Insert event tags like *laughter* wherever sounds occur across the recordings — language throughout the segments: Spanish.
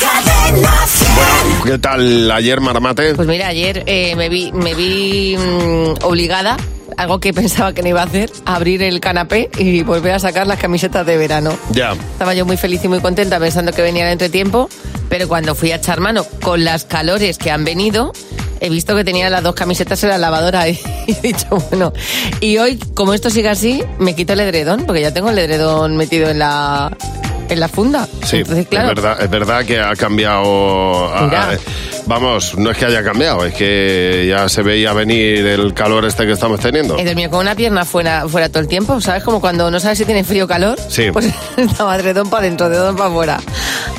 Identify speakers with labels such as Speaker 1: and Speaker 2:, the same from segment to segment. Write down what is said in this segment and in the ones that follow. Speaker 1: Cadena 100.
Speaker 2: ¿Qué tal ayer, Marmate?
Speaker 3: Pues mira, ayer eh, me vi, me vi mm, obligada, algo que *laughs* pensaba que no iba a hacer, a abrir el canapé y volver a sacar las camisetas de verano.
Speaker 2: Ya.
Speaker 3: Estaba yo muy feliz y muy contenta pensando que venía el entretiempo, pero cuando fui a echar mano con las calores que han venido, he visto que tenía las dos camisetas en la lavadora *laughs* y he dicho, bueno, y hoy, como esto sigue así, me quito el edredón, porque ya tengo el edredón metido en la, en la funda.
Speaker 2: Sí,
Speaker 3: Entonces, claro,
Speaker 2: es, verdad, es verdad que ha cambiado. a-
Speaker 3: Mira.
Speaker 2: a- vamos, no es que haya cambiado, es que ya se veía venir el calor este que estamos teniendo.
Speaker 3: He dormido Eh, con una pierna fuera, fuera todo el tiempo, ¿sabes? Como cuando no sabes si tiene frío o calor.
Speaker 2: Sí.
Speaker 3: Pues *laughs* estaba edredón para adentro, edredón para afuera.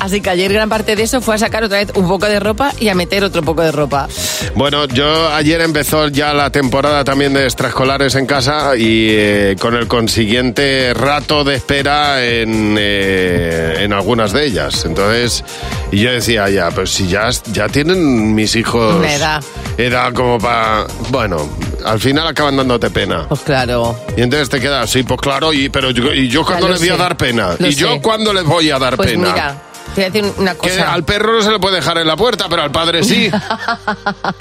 Speaker 3: Así que ayer gran parte de eso fue a sacar otra vez un poco de ropa y a meter otro poco de ropa.
Speaker 2: Bueno, yo ayer empezó ya la temporada también de extraescolares en casa y eh, con el consiguiente rato de espera en, eh, en algunas de ellas. Entonces, y yo decía, ya, pues si ya, ya tienen mis hijos
Speaker 3: Una edad.
Speaker 2: edad como para... Bueno, al final acaban dándote pena.
Speaker 3: Pues claro.
Speaker 2: Y entonces te quedas, sí, pues claro, y, pero yo, y yo cuando
Speaker 3: lo
Speaker 2: les voy a
Speaker 3: sé.
Speaker 2: dar pena.
Speaker 3: Lo
Speaker 2: y yo
Speaker 3: sé.
Speaker 2: cuando les voy a dar
Speaker 3: Pues
Speaker 2: pena.
Speaker 3: mira, te voy a decir una
Speaker 2: Que
Speaker 3: cosa.
Speaker 2: al perro no se le puede dejar en la puerta, pero al padre
Speaker 3: *laughs*
Speaker 2: sí.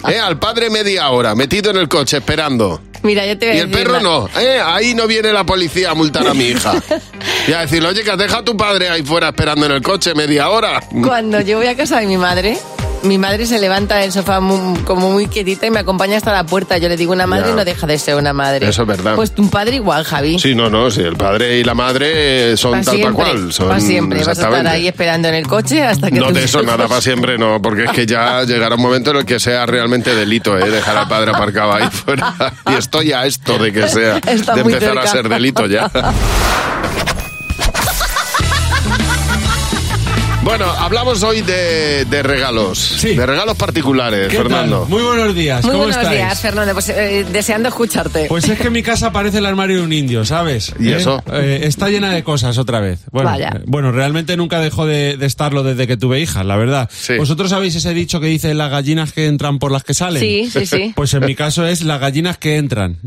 Speaker 2: Eh, Al padre media hora, metido en el coche, esperando.
Speaker 3: Mira, yo te
Speaker 2: Y
Speaker 3: voy a
Speaker 2: el
Speaker 3: decir
Speaker 2: perro
Speaker 3: una-
Speaker 2: no. Eh, ahí no viene la policía a multar a mi
Speaker 3: *laughs*
Speaker 2: hija. Y a decirle, oye, que deja a tu padre ahí fuera esperando en el coche media hora.
Speaker 3: Cuando yo voy a casa de mi madre, mi madre se levanta del sofá mu- como muy quietita y me acompaña hasta la puerta. Yo le digo una madre
Speaker 2: Ya.
Speaker 3: y no deja de ser una madre.
Speaker 2: Eso es verdad.
Speaker 3: Pues tu padre igual, Javi.
Speaker 2: Sí, no, no, sí, el padre y la madre son
Speaker 3: Pa'
Speaker 2: tal pa'
Speaker 3: siempre,
Speaker 2: cual. Son,
Speaker 3: pa' siempre. Vas a estar
Speaker 2: exactamente.
Speaker 3: ahí esperando en el coche hasta que
Speaker 2: No
Speaker 3: tus
Speaker 2: de eso
Speaker 3: hijos-
Speaker 2: nada para siempre, no, porque es que ya llegará un momento en el que sea realmente delito, ¿eh? Dejar al padre aparcado ahí fuera. Y estoy a esto de que sea,
Speaker 3: Está
Speaker 2: de
Speaker 3: muy
Speaker 2: empezar a
Speaker 3: cerca.
Speaker 2: ser delito ya. Bueno, hablamos hoy de, de regalos,
Speaker 4: Sí.
Speaker 2: de regalos particulares,
Speaker 4: ¿Qué tal?
Speaker 2: Fernando.
Speaker 4: Muy buenos días.
Speaker 3: Muy
Speaker 4: ¿Cómo
Speaker 3: buenos
Speaker 4: estáis?
Speaker 3: días, Fernando. Pues eh, deseando escucharte.
Speaker 4: Pues es que en mi casa parece el armario de un indio, ¿sabes?
Speaker 2: ¿Y
Speaker 4: ¿Eh?
Speaker 2: eso?
Speaker 4: Eh, está llena de cosas otra vez. Bueno,
Speaker 3: Vaya.
Speaker 4: eh, bueno realmente nunca dejó de, de estarlo desde que tuve hijas, la verdad.
Speaker 2: Sí.
Speaker 4: ¿Vosotros sabéis ese dicho que dice las gallinas que entran por las que salen?
Speaker 3: sí, sí, sí.
Speaker 4: Pues en mi caso es las gallinas que entran.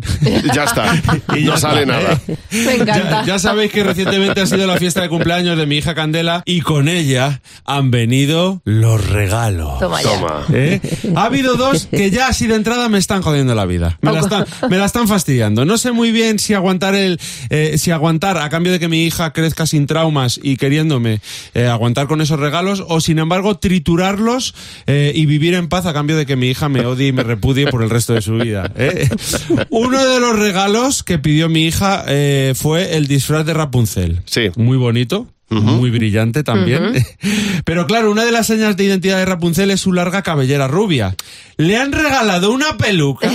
Speaker 2: Ya está,
Speaker 4: *laughs* Y ya
Speaker 2: no sale
Speaker 4: está,
Speaker 2: nada.
Speaker 4: ¿eh?
Speaker 3: Me encanta.
Speaker 4: *laughs* *laughs* Ya, ya sabéis que recientemente ha sido la fiesta de cumpleaños de mi hija Candela y con ella han venido los regalos.
Speaker 3: Toma ya.
Speaker 2: Toma.
Speaker 4: ¿Eh? Ha habido dos que ya así de entrada me están jodiendo la vida. Me la están, me la están fastidiando. No sé muy bien si aguantar el, eh, si aguantar a cambio de que mi hija crezca sin traumas y queriéndome eh, aguantar con esos regalos o sin embargo triturarlos eh, y vivir en paz a cambio de que mi hija me odie y me repudie por el resto de su vida. ¿eh? *laughs* Uno de los regalos que pidió mi hija eh, fue el disfraz de Rapunzel.
Speaker 2: Sí.
Speaker 4: Muy bonito. Muy brillante también. *laughs* Pero claro, una de las señas de identidad de Rapunzel es su larga cabellera rubia. Le han regalado una peluca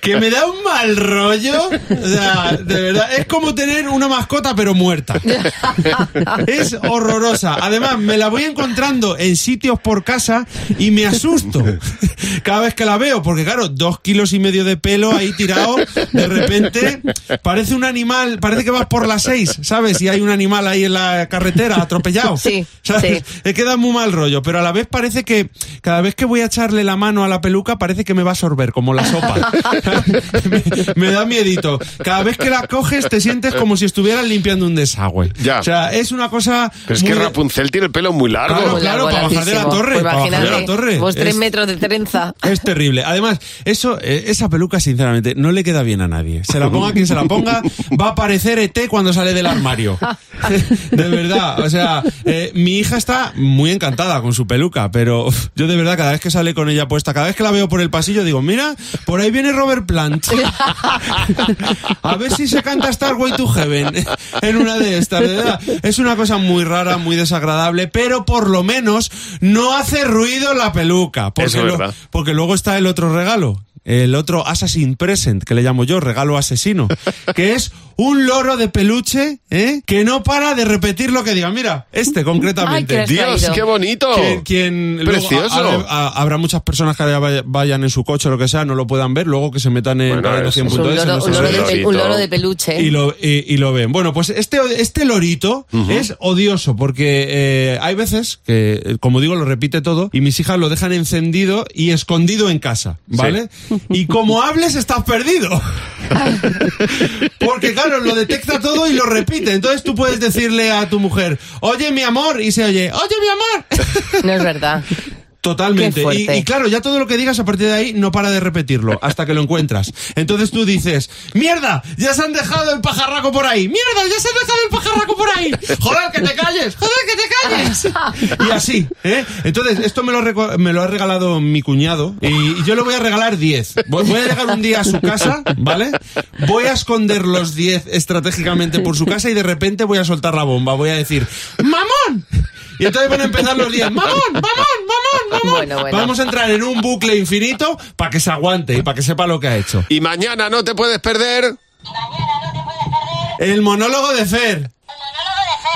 Speaker 4: que me da un mal rollo. O sea, de verdad, es como tener una mascota pero muerta. Es horrorosa. Además, me la voy encontrando en sitios por casa y me asusto cada vez que la veo, porque claro, dos kilos y medio de pelo ahí tirado, de repente parece un animal, parece que vas por las seis, ¿sabes? Y hay un animal ahí en la carretera atropellado.
Speaker 3: Sí,
Speaker 4: ¿sabes? Es que da muy mal rollo, pero a la vez parece que cada vez que voy a echarle la mano a la peluca parece que me va a sorber, como la sopa. *laughs* me, me da miedito. Cada vez que la coges te sientes como si estuvieras limpiando un desagüe.
Speaker 2: Ya.
Speaker 4: O sea, es una cosa...
Speaker 2: Pero es
Speaker 4: muy
Speaker 2: que
Speaker 4: de-
Speaker 2: Rapunzel tiene el pelo muy largo.
Speaker 4: Claro,
Speaker 3: Muy
Speaker 4: claro,
Speaker 3: largo,
Speaker 4: para bajar de la
Speaker 3: larguísimo.
Speaker 4: torre,
Speaker 3: Pues
Speaker 4: para bajar de la
Speaker 3: imagínate,
Speaker 4: torre.
Speaker 3: Vos tres
Speaker 4: Es-
Speaker 3: metros de trenza.
Speaker 4: *laughs* Es terrible. Además, eso, eh, esa peluca, sinceramente, no le queda bien a nadie. Se la ponga quien se la ponga, va a parecer ET cuando sale del armario. *laughs* De verdad, o sea, eh, mi hija está muy encantada con su peluca, pero uf, yo de verdad cada vez que sale con ella puesta, cada vez que la veo por el pasillo, digo, mira, por ahí viene Robert Plant. *laughs* A ver si se canta Star Way to Heaven *laughs* en una de estas. de verdad. Es una cosa muy rara, muy desagradable, pero por lo menos no hace ruido la peluca. Porque,
Speaker 2: Eso es
Speaker 4: lo-
Speaker 2: verdad.
Speaker 4: porque luego está el otro regalo. El otro Assassin Present, que le llamo yo, regalo asesino, que es un loro de peluche ¿eh? que no para de repetir lo que diga. Mira, este concretamente.
Speaker 3: Ay, qué
Speaker 2: Dios,
Speaker 3: traído.
Speaker 2: qué bonito.
Speaker 4: Quien- quien luego
Speaker 2: Precioso.
Speaker 4: ha- ha- ha- habrá muchas personas que ahora vaya- vayan en su coche o lo que sea, no lo puedan ver, luego que se metan en
Speaker 2: Bueno,
Speaker 4: cadena
Speaker 2: es un
Speaker 4: 100.es,
Speaker 3: Es un
Speaker 4: en
Speaker 3: loro,
Speaker 4: los
Speaker 3: un loro de,
Speaker 4: asesores
Speaker 3: pe- un loro de peluche.
Speaker 4: y lo, y, y lo ven. Bueno, pues este, este lorito es odioso porque eh, hay veces que, eh, como digo, lo repite todo y mis hijas lo dejan encendido y escondido en casa, ¿vale? Y como hables, estás perdido. Porque claro, lo detecta todo y lo repite. Entonces tú puedes decirle a tu mujer, oye mi amor, y se oye, oye mi amor.
Speaker 3: No
Speaker 4: *laughs*
Speaker 3: es verdad.
Speaker 4: Totalmente.
Speaker 3: Qué
Speaker 4: Y,
Speaker 3: fuerte.
Speaker 4: y claro, ya todo lo que digas a partir de ahí no para de repetirlo hasta que lo encuentras. Entonces tú dices, mierda, ya se han dejado el pajarraco por ahí. Mierda, ya se han dejado el pajarraco por ahí. Joder, que te calles. Joder, que te calles. Y así, ¿eh? Entonces, esto me lo, reco- me lo ha regalado mi cuñado y yo le voy a regalar 10. Voy voy a llegar un día a su casa, ¿vale? Voy a esconder los 10 estratégicamente por su casa y de repente voy a soltar la bomba. Voy a decir, ¡Mamón! Y entonces van a empezar los 10. ¡Mamón! ¡Mamón! ¡Mamón! ¡Mamón!
Speaker 3: Bueno, bueno.
Speaker 4: Vamos a entrar en un bucle infinito para que se aguante y para que sepa lo que ha hecho.
Speaker 2: Y mañana no te puedes perder.
Speaker 4: El monólogo de Fer.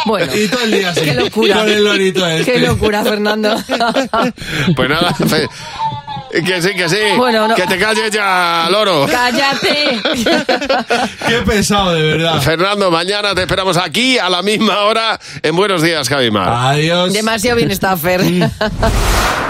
Speaker 3: Bueno.
Speaker 4: Y todo el día así.
Speaker 3: Qué locura.
Speaker 4: Con el lorito este.
Speaker 3: Qué locura,
Speaker 4: *laughs*
Speaker 3: Fernando.
Speaker 2: Pues
Speaker 3: *laughs*
Speaker 2: nada, Fe- que sí, que sí.
Speaker 3: Bueno, no.
Speaker 2: Que te calles ya, loro.
Speaker 3: ¡Cállate!
Speaker 4: *laughs* Qué pesado, de verdad.
Speaker 2: Fernando, mañana te esperamos aquí a la misma hora en Buenos Días, Javimar.
Speaker 4: Adiós.
Speaker 3: Demasiado bien está Fer.
Speaker 4: Mm.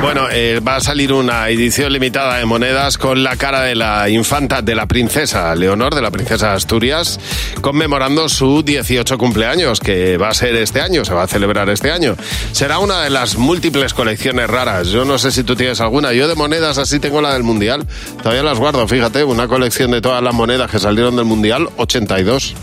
Speaker 2: Bueno, eh, va a salir una edición limitada de monedas con la cara de la infanta, de la princesa Leonor, de la princesa de Asturias, conmemorando su 18 cumpleaños, que va a ser este año, se va a celebrar este año. Será una de las múltiples colecciones raras. Yo no sé si tú tienes alguna. Yo de monedas así tengo la del Mundial. Todavía las guardo, fíjate, una colección de todas las monedas que salieron del Mundial, 82.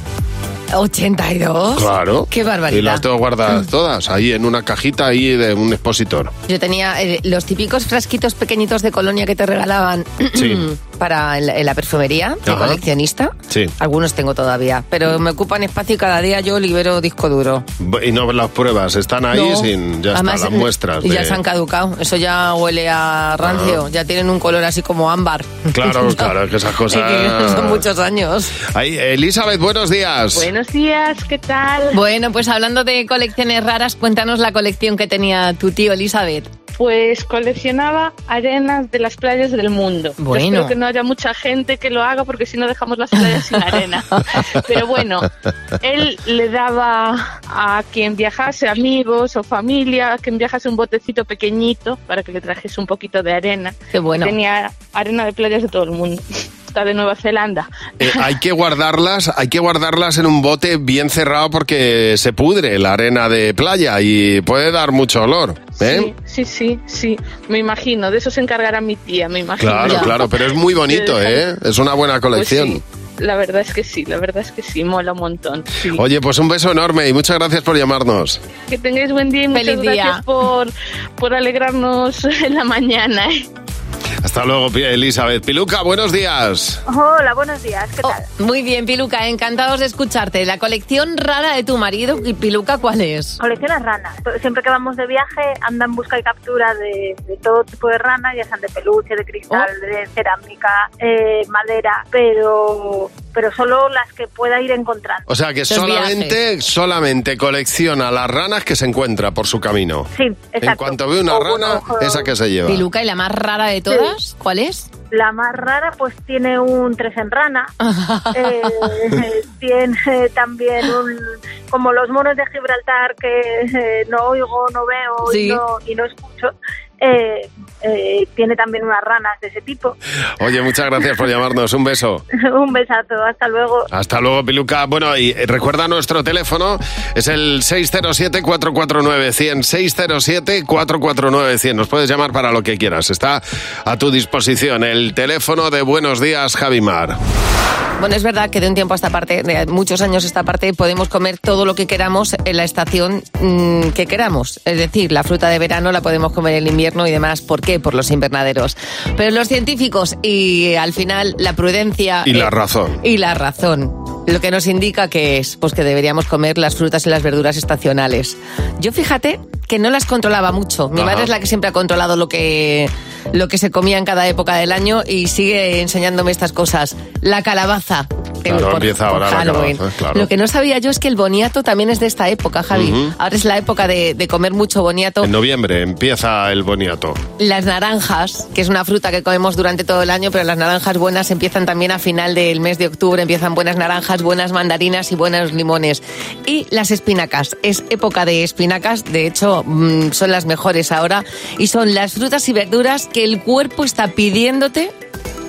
Speaker 3: 82.
Speaker 2: Claro.
Speaker 3: Qué
Speaker 2: Y las
Speaker 3: barbaridad. Mm.
Speaker 2: tengo guardadas todas, ahí en una cajita, ahí de un expositor.
Speaker 3: Yo tenía eh, los típicos frasquitos pequeñitos de colonia que te regalaban *clears throat*
Speaker 2: Sí.
Speaker 3: para en la- en la perfumería de
Speaker 2: Ajá.
Speaker 3: coleccionista.
Speaker 2: Sí.
Speaker 3: Algunos tengo todavía, pero me ocupan espacio y cada día yo libero disco duro.
Speaker 2: Y no las pruebas, están ahí
Speaker 3: No.
Speaker 2: sin ya está,
Speaker 3: Además, eh,
Speaker 2: las muestras.
Speaker 3: Y ya
Speaker 2: de-
Speaker 3: se han caducado. Eso ya huele a rancio. Ya tienen un color así como ámbar.
Speaker 2: Claro,
Speaker 3: *laughs*
Speaker 2: claro, es que esas cosas.
Speaker 3: Son muchos
Speaker 2: *laughs*
Speaker 3: años.
Speaker 2: Ahí, Elizabeth, buenos días.
Speaker 1: Buenos días, ¿qué tal?
Speaker 3: Bueno, pues hablando de colecciones raras, cuéntanos la colección que tenía tu tío Elizabeth.
Speaker 1: Pues coleccionaba arenas de las playas del mundo. Yo
Speaker 3: Bueno.
Speaker 1: espero que no haya mucha gente que lo haga porque si no dejamos las playas sin
Speaker 3: *laughs*
Speaker 1: arena. Pero bueno, él le daba a quien viajase, amigos o familia, a quien viajase un botecito pequeñito para que le trajese un poquito de arena.
Speaker 3: Qué bueno.
Speaker 1: Tenía arena de playas de todo el mundo. Está de Nueva Zelanda.
Speaker 2: Eh, hay que guardarlas, hay que guardarlas en un bote bien cerrado porque se pudre la arena de playa y puede dar mucho olor. ¿eh?
Speaker 1: Sí, sí, sí, sí. Me imagino. De eso se encargará mi tía, me imagino.
Speaker 2: Claro,
Speaker 3: Ya.
Speaker 2: claro, pero es muy bonito, ¿eh? Es una buena
Speaker 1: Pues sí,
Speaker 2: colección.
Speaker 1: la verdad es que sí, la verdad es que sí, mola un montón. sí.
Speaker 2: Oye, pues un beso enorme y muchas gracias por llamarnos.
Speaker 1: Que tengáis buen día y muchas
Speaker 3: Feliz día.
Speaker 1: gracias por, por alegrarnos *laughs* en la mañana. ¿eh?
Speaker 2: Hasta luego, Pi- Elizabeth. Piluca, buenos días.
Speaker 5: Hola, buenos días, ¿qué
Speaker 3: Oh,
Speaker 5: tal?
Speaker 3: muy bien, Piluca, encantados de escucharte. La colección rara de tu marido, y Piluca, ¿cuál es?
Speaker 5: Coleccionas ranas. To- Siempre que vamos de viaje, anda en busca y captura de, de todo tipo de ranas, ya sean de peluche, de cristal,
Speaker 2: Oh.
Speaker 5: de cerámica, eh, madera, pero, pero solo las que pueda ir encontrando.
Speaker 2: O sea que
Speaker 3: Los
Speaker 2: solamente, solamente colecciona las ranas que se encuentra por su camino.
Speaker 5: Sí, exacto.
Speaker 2: En cuanto ve una
Speaker 5: O
Speaker 2: rana,
Speaker 5: uno, o-
Speaker 2: esa que se lleva.
Speaker 3: Piluca, ¿y la más rara de todas? ¿Cuál es?
Speaker 5: La más rara, pues tiene un tres en
Speaker 2: *laughs*
Speaker 5: rana. Eh, tiene también un. Como los monos de Gibraltar que eh, no oigo, no veo
Speaker 3: Sí.
Speaker 5: y, no, y no escucho. eh, eh, tiene también unas ranas de ese tipo.
Speaker 2: Oye, muchas gracias por llamarnos. Un beso.
Speaker 5: *laughs* un besazo, hasta luego.
Speaker 2: Hasta luego, Piluca. Bueno, y eh, recuerda nuestro teléfono. Es el 607-449-100. 607-449-100. Nos puedes llamar para lo que quieras. Está a tu disposición el teléfono de Buenos Días, Javimar.
Speaker 3: Bueno, es verdad que de un tiempo a esta parte, de muchos años a esta parte, podemos comer todo lo que queramos en la estación mm, que queramos. Es decir, la fruta de verano la podemos comer en invierno y demás. ¿Por qué? Por los invernaderos. Pero los científicos y al final la prudencia...
Speaker 2: Y la
Speaker 3: eh,
Speaker 2: razón.
Speaker 3: Y la razón. Lo que nos indica que es, pues que deberíamos comer las frutas y las verduras estacionales. Yo fíjate que no las controlaba mucho. Mi
Speaker 2: Ajá.
Speaker 3: madre es la que siempre ha controlado lo que, lo que se comía en cada época del año y sigue enseñándome estas cosas. La calabaza. que
Speaker 2: Claro, empieza ahora la calabaza, claro.
Speaker 3: Lo que no sabía yo es que el boniato también es de esta época, Javi. Ahora es la época de, de comer mucho boniato.
Speaker 2: En noviembre empieza el boniato.
Speaker 3: Las naranjas, que es una fruta que comemos durante todo el año, pero las naranjas buenas empiezan también a final del mes de octubre, empiezan buenas naranjas, buenas mandarinas y buenos limones. Y las espinacas, es época de espinacas, de hecho mm, son las mejores ahora, y son las frutas y verduras que el cuerpo está pidiéndote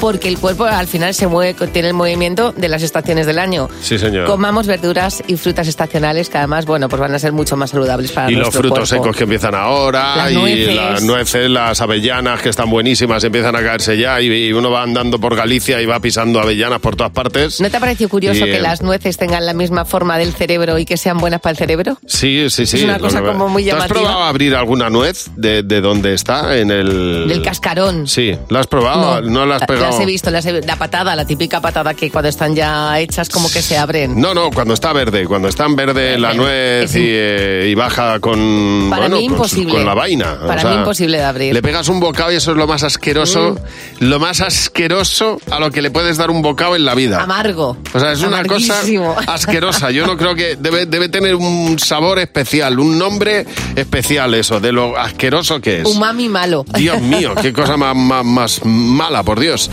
Speaker 3: porque el cuerpo al final se mueve, tiene el movimiento de las estaciones del año.
Speaker 2: Sí, señor.
Speaker 3: Comamos verduras y frutas estacionales que además, bueno, pues van a ser mucho más saludables para
Speaker 2: y los
Speaker 3: nuestro
Speaker 2: frutos ¿eh?
Speaker 3: cuerpo.
Speaker 2: secos que empiezan ahora,
Speaker 3: Las
Speaker 2: y
Speaker 3: nueces.
Speaker 2: las nueces, las avellanas que están buenísimas, empiezan a caerse ya, y, y uno va andando por Galicia y va pisando avellanas por todas partes.
Speaker 3: Pues, ¿No te ha parecido curioso
Speaker 2: Y,
Speaker 3: que
Speaker 2: eh,
Speaker 3: las nueces tengan la misma forma del cerebro y que sean buenas para el cerebro?
Speaker 2: Sí, sí, sí.
Speaker 3: Es una
Speaker 2: lo
Speaker 3: cosa
Speaker 2: que me-
Speaker 3: como muy
Speaker 2: ¿Tú
Speaker 3: llamativa.
Speaker 2: ¿Has probado abrir alguna nuez de, de donde está? En el...
Speaker 3: Del cascarón.
Speaker 2: Sí, ¿la has probado? ¿No, la has pegado?
Speaker 3: Las he visto, las he vi- la patada, la típica patada que cuando están ya hechas como que se abren.
Speaker 2: No, no, cuando está verde, cuando está en
Speaker 3: Eh,
Speaker 2: verde la nuez y, eh, y baja con,
Speaker 3: Para
Speaker 2: bueno,
Speaker 3: mí
Speaker 2: con su-
Speaker 3: imposible.
Speaker 2: con la vaina. o
Speaker 3: Para
Speaker 2: sea,
Speaker 3: mí imposible de abrir. Mm.
Speaker 2: Le pegas un bocado y eso es lo más asqueroso, lo más asqueroso a lo que le puedes dar un bocado en la vida.
Speaker 3: Amargo.
Speaker 2: O sea, es una cosa
Speaker 3: Amarguísimo. *laughs*
Speaker 2: asquerosa. Yo no creo que debe, debe tener un sabor especial, un nombre especial eso, de lo asqueroso que es.
Speaker 3: Umami malo.
Speaker 2: Dios mío, qué cosa más, más, más mala, por Dios.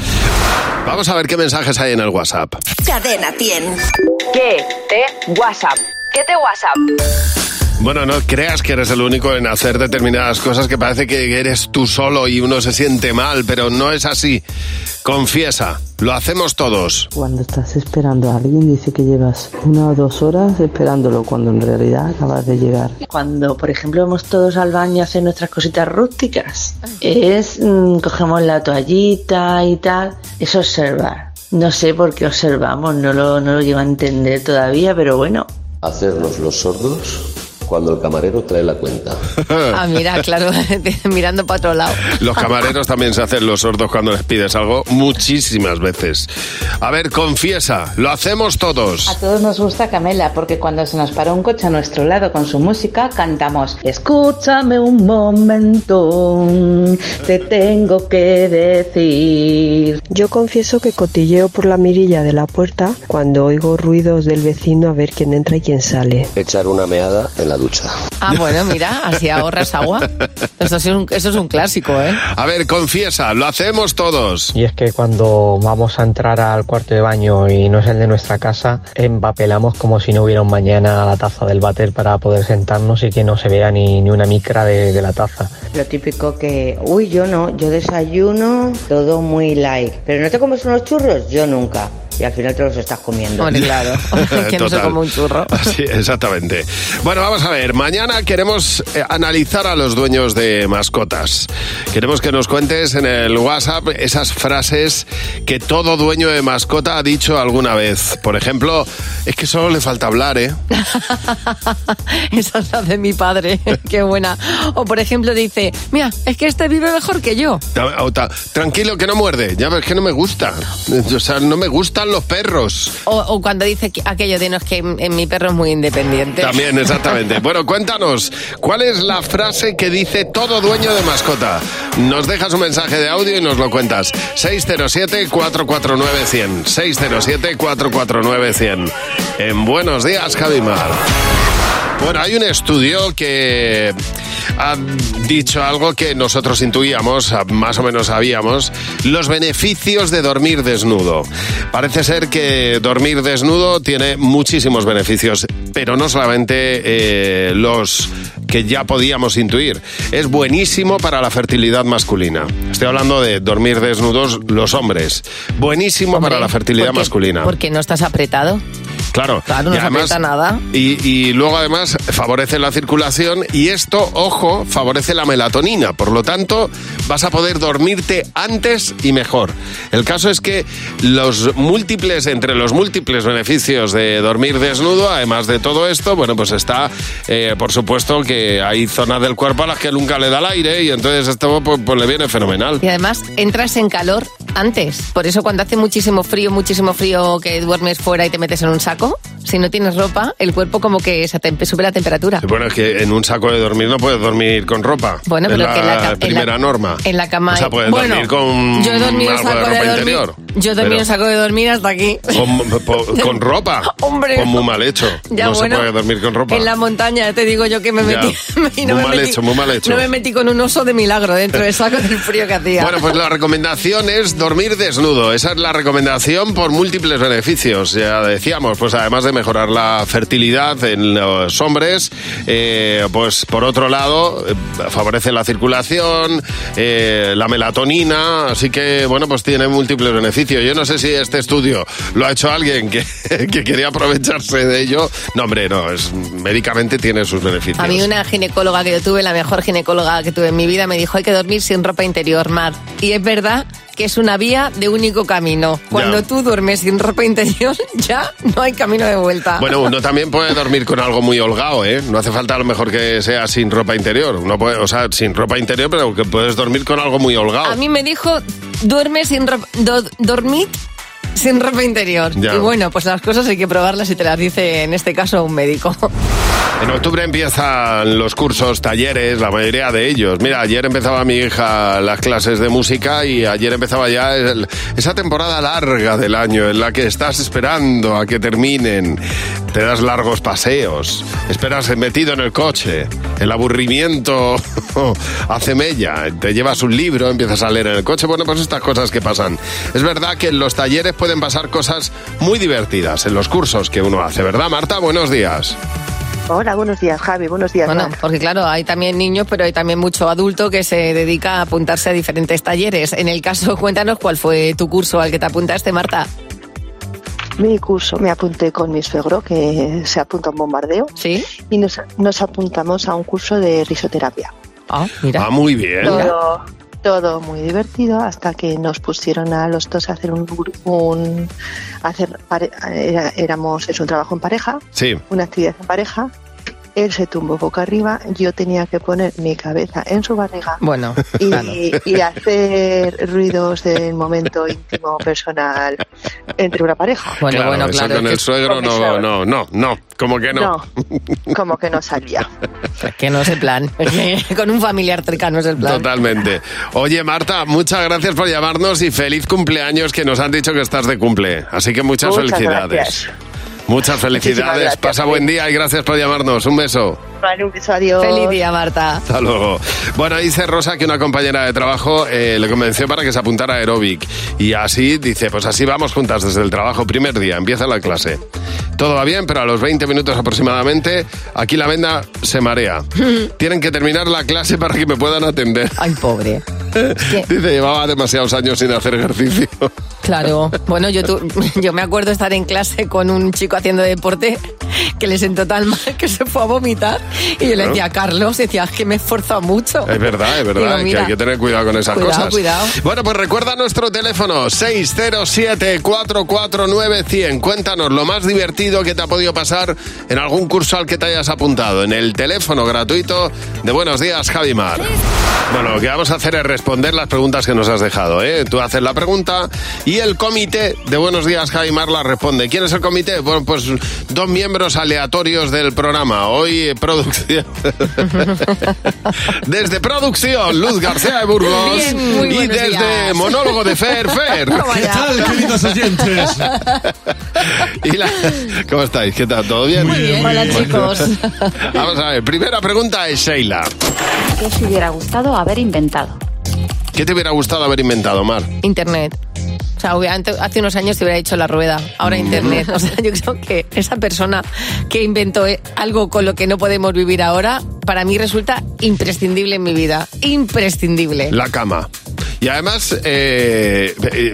Speaker 2: Vamos a ver qué mensajes hay en el WhatsApp.
Speaker 6: Cadena 100. ¿Qué te WhatsApp? ¿Qué te WhatsApp?
Speaker 2: Bueno, no creas que eres el único en hacer determinadas cosas que parece que eres tú solo y uno se siente mal, pero no es así. Confiesa, lo hacemos todos.
Speaker 7: Cuando estás esperando a alguien, dice que llevas una o dos horas esperándolo, cuando en realidad acabas de llegar.
Speaker 8: Cuando, por ejemplo, vamos todos al baño a hacer nuestras cositas rústicas, es mm, cogemos la toallita y tal, es observar. No sé por qué observamos, no lo, no lo llevo a entender todavía, pero bueno.
Speaker 9: Hacernos los sordos cuando el camarero trae la cuenta.
Speaker 3: Ah, mira, claro, *laughs* mirando para otro lado.
Speaker 2: Los camareros también se hacen los sordos cuando les pides algo muchísimas veces. A ver, confiesa, lo hacemos todos.
Speaker 10: A todos nos gusta Camela porque cuando se nos para un coche a nuestro lado con su música cantamos
Speaker 8: Escúchame un momento, te tengo que decir.
Speaker 7: Yo confieso que cotilleo por la mirilla de la puerta cuando oigo ruidos del vecino a ver quién entra y quién sale.
Speaker 9: Echar una meada en la ducha.
Speaker 3: Ah, bueno, mira, así ahorras agua. Eso es un, eso es un clásico, ¿eh?
Speaker 2: A ver, confiesa, lo hacemos todos.
Speaker 11: Y es que cuando vamos a entrar al cuarto de baño y no es el de nuestra casa, empapelamos como si no hubiera un mañana la taza del váter para poder sentarnos y que no se vea ni, ni una micra de, de la taza.
Speaker 12: Lo típico que, uy, yo no, yo desayuno todo muy light. Pero no te comes unos churros, yo nunca. Y al final te los estás comiendo.
Speaker 3: Hombre, claro.
Speaker 2: *laughs*
Speaker 3: *laughs*
Speaker 2: Total. Sí, exactamente. Bueno, vamos a ver. Mañana queremos eh, analizar a los dueños de mascotas. Queremos que nos cuentes en el WhatsApp esas frases que todo dueño de mascota ha dicho alguna vez. Por ejemplo, es que solo le falta hablar, ¿eh?
Speaker 3: *laughs* Esa es la de mi padre. *laughs* Qué buena. O, por ejemplo, dice, mira, es que este vive mejor que yo.
Speaker 2: Ta- o ta- Tranquilo, que no muerde. Ya ves que no me gusta. O sea, no me gustan los perros.
Speaker 3: O, o cuando dice que- aquello de no es que mm, mi perro es muy independiente.
Speaker 2: También, exactamente. Bueno, cuéntanos, ¿cuál es la frase que dice todo dueño de mascota? Nos dejas un mensaje de audio y nos lo cuentas. 607-449-100. 607-449-100. En Buenos Días, Javimar. Bueno, hay un estudio que ha dicho algo que nosotros intuíamos, a- más o menos sabíamos, los beneficios de dormir desnudo. Parece ser que dormir desnudo tiene muchísimos beneficios, pero no solamente eh, los que ya podíamos intuir. Es buenísimo para la fertilidad masculina. Estoy hablando de dormir desnudos los hombres. Buenísimo para la fertilidad
Speaker 3: Porque-
Speaker 2: masculina.
Speaker 3: Porque no estás apretado.
Speaker 2: Claro,
Speaker 3: Claro, no
Speaker 2: y
Speaker 3: se
Speaker 2: además-
Speaker 3: aprieta nada.
Speaker 2: Y, y luego además favorece la circulación y esto, ojo, favorece la melatonina. Por lo tanto, vas a poder dormirte antes y mejor. El caso es que los múltiples, entre los múltiples beneficios de dormir desnudo, además de todo esto, bueno, pues está, eh, por supuesto, que hay zonas del cuerpo a las que nunca le da el aire y entonces esto pues, pues le viene fenomenal.
Speaker 3: Y además entras en calor antes. Por eso cuando hace muchísimo frío, muchísimo frío, que duermes fuera y te metes en un saco, si no tienes ropa, el cuerpo como que se atem- sube la temperatura.
Speaker 2: *laughs* Bueno, es que en un saco de dormir no puedes dormir con ropa.
Speaker 3: Bueno,
Speaker 2: Es
Speaker 3: pero que en la ca- en la-
Speaker 2: primera norma.
Speaker 3: En la cama.
Speaker 2: O sea,
Speaker 3: hay-
Speaker 2: puedes dormir con
Speaker 3: yo he dormido en
Speaker 2: algo de
Speaker 3: saco
Speaker 2: ropa
Speaker 3: de dormir.
Speaker 2: interior,
Speaker 3: Yo he dormido
Speaker 2: pero-
Speaker 3: en saco de dormir hasta aquí. *laughs*
Speaker 2: Con, po- con ropa.
Speaker 3: Hombre.
Speaker 2: Con muy mal hecho.
Speaker 3: Ya,
Speaker 2: no
Speaker 3: bueno,
Speaker 2: se puede dormir con ropa.
Speaker 3: En la montaña, ya te digo yo que me
Speaker 2: Ya.
Speaker 3: metí. *laughs* y
Speaker 2: Muy mal hecho, muy mal hecho.
Speaker 3: No me metí con un oso de milagro dentro del saco del frío que hacía.
Speaker 2: Bueno, pues la recomendación es dormir desnudo. Esa es la recomendación por múltiples beneficios. Ya decíamos, pues además de mejorar la fertilidad en los hombres, eh, pues por otro lado eh, favorece la circulación, eh, la melatonina, así que bueno, pues tiene múltiples beneficios. Yo no sé si este estudio lo ha hecho alguien que, *laughs* que quería aprovecharse de ello. No, hombre, no, es, médicamente tiene sus beneficios.
Speaker 3: A mí una ginecóloga que yo tuve, la mejor ginecóloga que tuve en mi vida, me dijo hay que dormir sin ropa interior, Mar. Y es verdad que es una vía de único camino. Cuando tú duermes sin ropa interior, *laughs* ya no hay camino de vuelta.
Speaker 2: Bueno, uno también puede dormir con algo muy holgado, ¿eh? No hace falta a lo mejor que sea sin ropa interior. Uno puede, o sea, sin ropa interior, pero que puedes dormir con algo muy holgado.
Speaker 3: A mí me dijo, duerme sin ropa... do- dormid sin ropa interior.
Speaker 2: Ya.
Speaker 3: Y bueno, pues las cosas hay que probarlas y te las dice en este caso un médico.
Speaker 2: En octubre empiezan los cursos, talleres, la mayoría de ellos. Mira, ayer empezaba mi hija las clases de música y ayer empezaba ya el- esa temporada larga del año en la que estás esperando a que terminen. Te das largos paseos, esperas metido en el coche, el aburrimiento *laughs* hace mella, te llevas un libro, empiezas a leer en el coche, bueno, pues estas cosas que pasan. Es verdad que en los talleres pueden pasar cosas muy divertidas, en los cursos que uno hace, ¿verdad, Marta? Buenos días.
Speaker 3: Hola, buenos días, Javi. Buenos días, *laughs* Bueno, porque claro, hay también niños, pero hay también mucho adulto que se dedica a apuntarse a diferentes talleres. En el caso, cuéntanos cuál fue tu curso al que te apuntaste, Marta.
Speaker 13: Mi curso me apunté con mi suegro, que se apunta a un bombardeo.
Speaker 3: Sí.
Speaker 13: Y nos, nos apuntamos a un curso de risoterapia.
Speaker 3: Ah,
Speaker 2: Ah, muy bien.
Speaker 13: Todo, todo muy divertido hasta que nos pusieron a los dos a hacer un. gru- un hacer pare- eh, era- éramos, es un trabajo en pareja,
Speaker 2: Sí.
Speaker 13: una actividad en pareja. Él se tumbó boca arriba, yo tenía que poner mi cabeza en su barriga
Speaker 3: Bueno,
Speaker 13: y,
Speaker 3: claro.
Speaker 13: y hacer ruidos del momento íntimo personal entre una pareja.
Speaker 2: claro, eso con el suegro no, no, no, no, como que no.
Speaker 13: como que no salía.
Speaker 3: Es que no es el plan. *laughs* con un familiar cercano es el plan.
Speaker 2: Totalmente. Oye, Marta, muchas gracias por llamarnos y feliz cumpleaños que nos han dicho que estás de cumple. Así que muchas,
Speaker 13: Muchas
Speaker 2: felicidades.
Speaker 13: gracias.
Speaker 2: Muchas felicidades.
Speaker 13: gracias,
Speaker 2: Pasa
Speaker 13: sí.
Speaker 2: buen día y gracias por llamarnos. Un beso.
Speaker 13: Vale, un beso, adiós.
Speaker 3: Feliz día, Marta.
Speaker 2: Hasta luego. Bueno, dice Rosa que una compañera de trabajo eh, le convenció para que se apuntara a aeróbic. Y así, dice, pues así vamos juntas desde el trabajo. Primer día, empieza la clase. Todo va bien, pero a los 20 minutos aproximadamente, aquí la venda se marea. Tienen que terminar la clase para que me puedan atender.
Speaker 3: Ay, pobre.
Speaker 2: *laughs* Dice, llevaba demasiados años sin hacer ejercicio.
Speaker 3: Claro. Bueno, yo, tu- *laughs* yo me acuerdo estar en clase con un chico haciendo deporte que le sentó tan mal que se fue a vomitar. Y yo le
Speaker 2: Claro.
Speaker 3: decía, Carlos, decía, "Es que me he esforzado mucho.
Speaker 2: Es verdad, es
Speaker 3: Digo,
Speaker 2: verdad, que
Speaker 3: mira,
Speaker 2: hay que tener cuidado con esas
Speaker 3: cuidado,
Speaker 2: cosas.
Speaker 3: cuidado.
Speaker 2: Bueno, pues recuerda nuestro teléfono 607-449-100. Cuéntanos lo más divertido que te ha podido pasar en algún curso al que te hayas apuntado. En el teléfono gratuito de Buenos Días, Javimar. Bueno, lo que vamos a hacer es responder las preguntas que nos has dejado. ¿eh? Tú haces la pregunta y el comité de Buenos Días, Javimar, la responde. ¿Quién es el comité? Bueno, pues dos miembros aleatorios del programa. Hoy eh, producción. Desde producción, Luz García de Burgos.
Speaker 14: Bien, muy
Speaker 2: y
Speaker 14: buenos
Speaker 2: desde
Speaker 14: días.
Speaker 2: monólogo de
Speaker 14: *laughs*
Speaker 2: Fer Fer.
Speaker 14: ¿Qué tal, queridos
Speaker 2: *laughs*
Speaker 14: oyentes?
Speaker 2: Y la- ¿Cómo estáis? ¿Qué tal? ¿Todo bien?
Speaker 14: Muy bien,
Speaker 3: hola, chicos.
Speaker 2: *laughs* Vamos a ver, primera pregunta es Sheila.
Speaker 6: ¿Qué os hubiera gustado haber inventado?
Speaker 2: ¿Qué te hubiera gustado haber inventado, Mar?
Speaker 3: Internet. O sea, obviamente hace unos años te hubiera dicho la rueda,
Speaker 2: Mm.
Speaker 3: ahora internet. O sea, yo creo que esa persona que inventó eh, algo con lo que no podemos vivir ahora, para mí resulta imprescindible en mi vida. Imprescindible.
Speaker 2: La cama. Y además, eh, eh,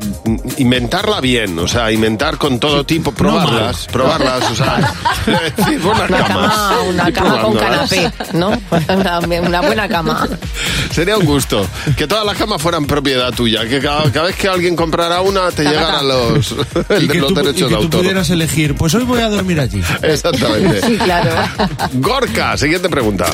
Speaker 2: inventarla bien, o sea, inventar con todo tipo, probarlas, probarlas, o sea, decir, una cama.
Speaker 3: Ah, una
Speaker 2: ir
Speaker 3: cama con
Speaker 2: probándolas.
Speaker 3: canapé, ¿no? *laughs* Una, una buena cama.
Speaker 2: Sería un gusto que todas las camas fueran propiedad tuya, que cada, cada vez que alguien comprara una te
Speaker 4: Taca,
Speaker 2: llegara
Speaker 4: taca.
Speaker 2: los, *laughs*
Speaker 4: Y que
Speaker 2: los
Speaker 4: tú, y
Speaker 2: derechos
Speaker 4: que
Speaker 2: de
Speaker 4: tú
Speaker 2: autor.
Speaker 4: pudieras elegir, pues hoy voy a dormir allí.
Speaker 2: Exactamente.
Speaker 3: Sí, claro.
Speaker 2: Gorka, siguiente pregunta.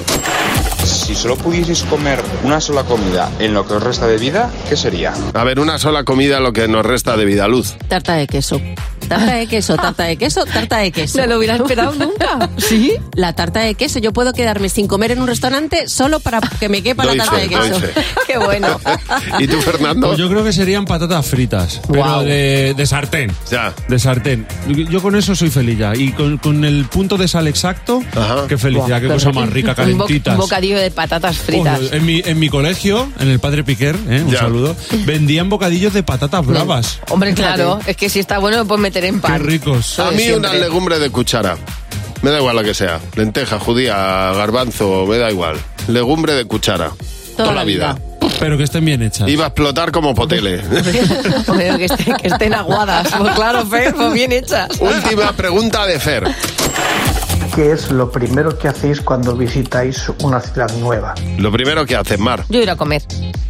Speaker 15: Si solo pudieseis comer una sola comida en lo que os resta de vida, ¿qué sería?
Speaker 2: A ver, una sola comida lo que nos resta de vida, luz.
Speaker 16: Tarta de queso. Tarta de queso, tarta de queso, tarta de queso.
Speaker 3: No lo hubiera esperado nunca.
Speaker 16: ¿Sí? La tarta de queso. Yo puedo quedarme sin comer en un restaurante solo para que me quepa
Speaker 4: Doy
Speaker 16: la tarta
Speaker 4: fe,
Speaker 16: de queso.
Speaker 4: doy fe.
Speaker 16: Qué bueno.
Speaker 2: *laughs* ¿Y tú, Fernando?
Speaker 4: Pues yo creo que serían patatas fritas, pero de, de sartén.
Speaker 2: Ya.
Speaker 4: De sartén. Yo, yo con eso soy feliz ya. Y con, con el punto de sal exacto, qué felicidad,
Speaker 3: Buah,
Speaker 4: qué cosa más rica,
Speaker 3: Un bo-
Speaker 4: calentitas.
Speaker 3: Un bocadillo de patatas fritas.
Speaker 2: eh,
Speaker 4: Ojo, en, mi, en mi colegio, en el Padre Piquer, ¿eh? un saludo, vendían bocadillos de patatas bravas.
Speaker 3: Hombre, claro, es que si está bueno, pues meter en pan.
Speaker 2: Qué ricos.
Speaker 3: Lo
Speaker 2: A
Speaker 3: de
Speaker 2: mí una
Speaker 3: siempre.
Speaker 2: legumbre de cuchara. Me da igual la que sea. Lenteja, judía, garbanzo, me da igual. Legumbre de cuchara. Toda, la vida.
Speaker 4: Pero que estén bien hechas.
Speaker 2: Iba a explotar como potele.
Speaker 3: *laughs* Joder, que, estén, que estén aguadas. Pues claro, Fer, pues bien hechas.
Speaker 2: Última pregunta de Fer.
Speaker 17: ¿Qué es lo primero que hacéis cuando visitáis una ciudad nueva?
Speaker 2: Lo primero que haces, Mar.
Speaker 3: Yo ir a comer.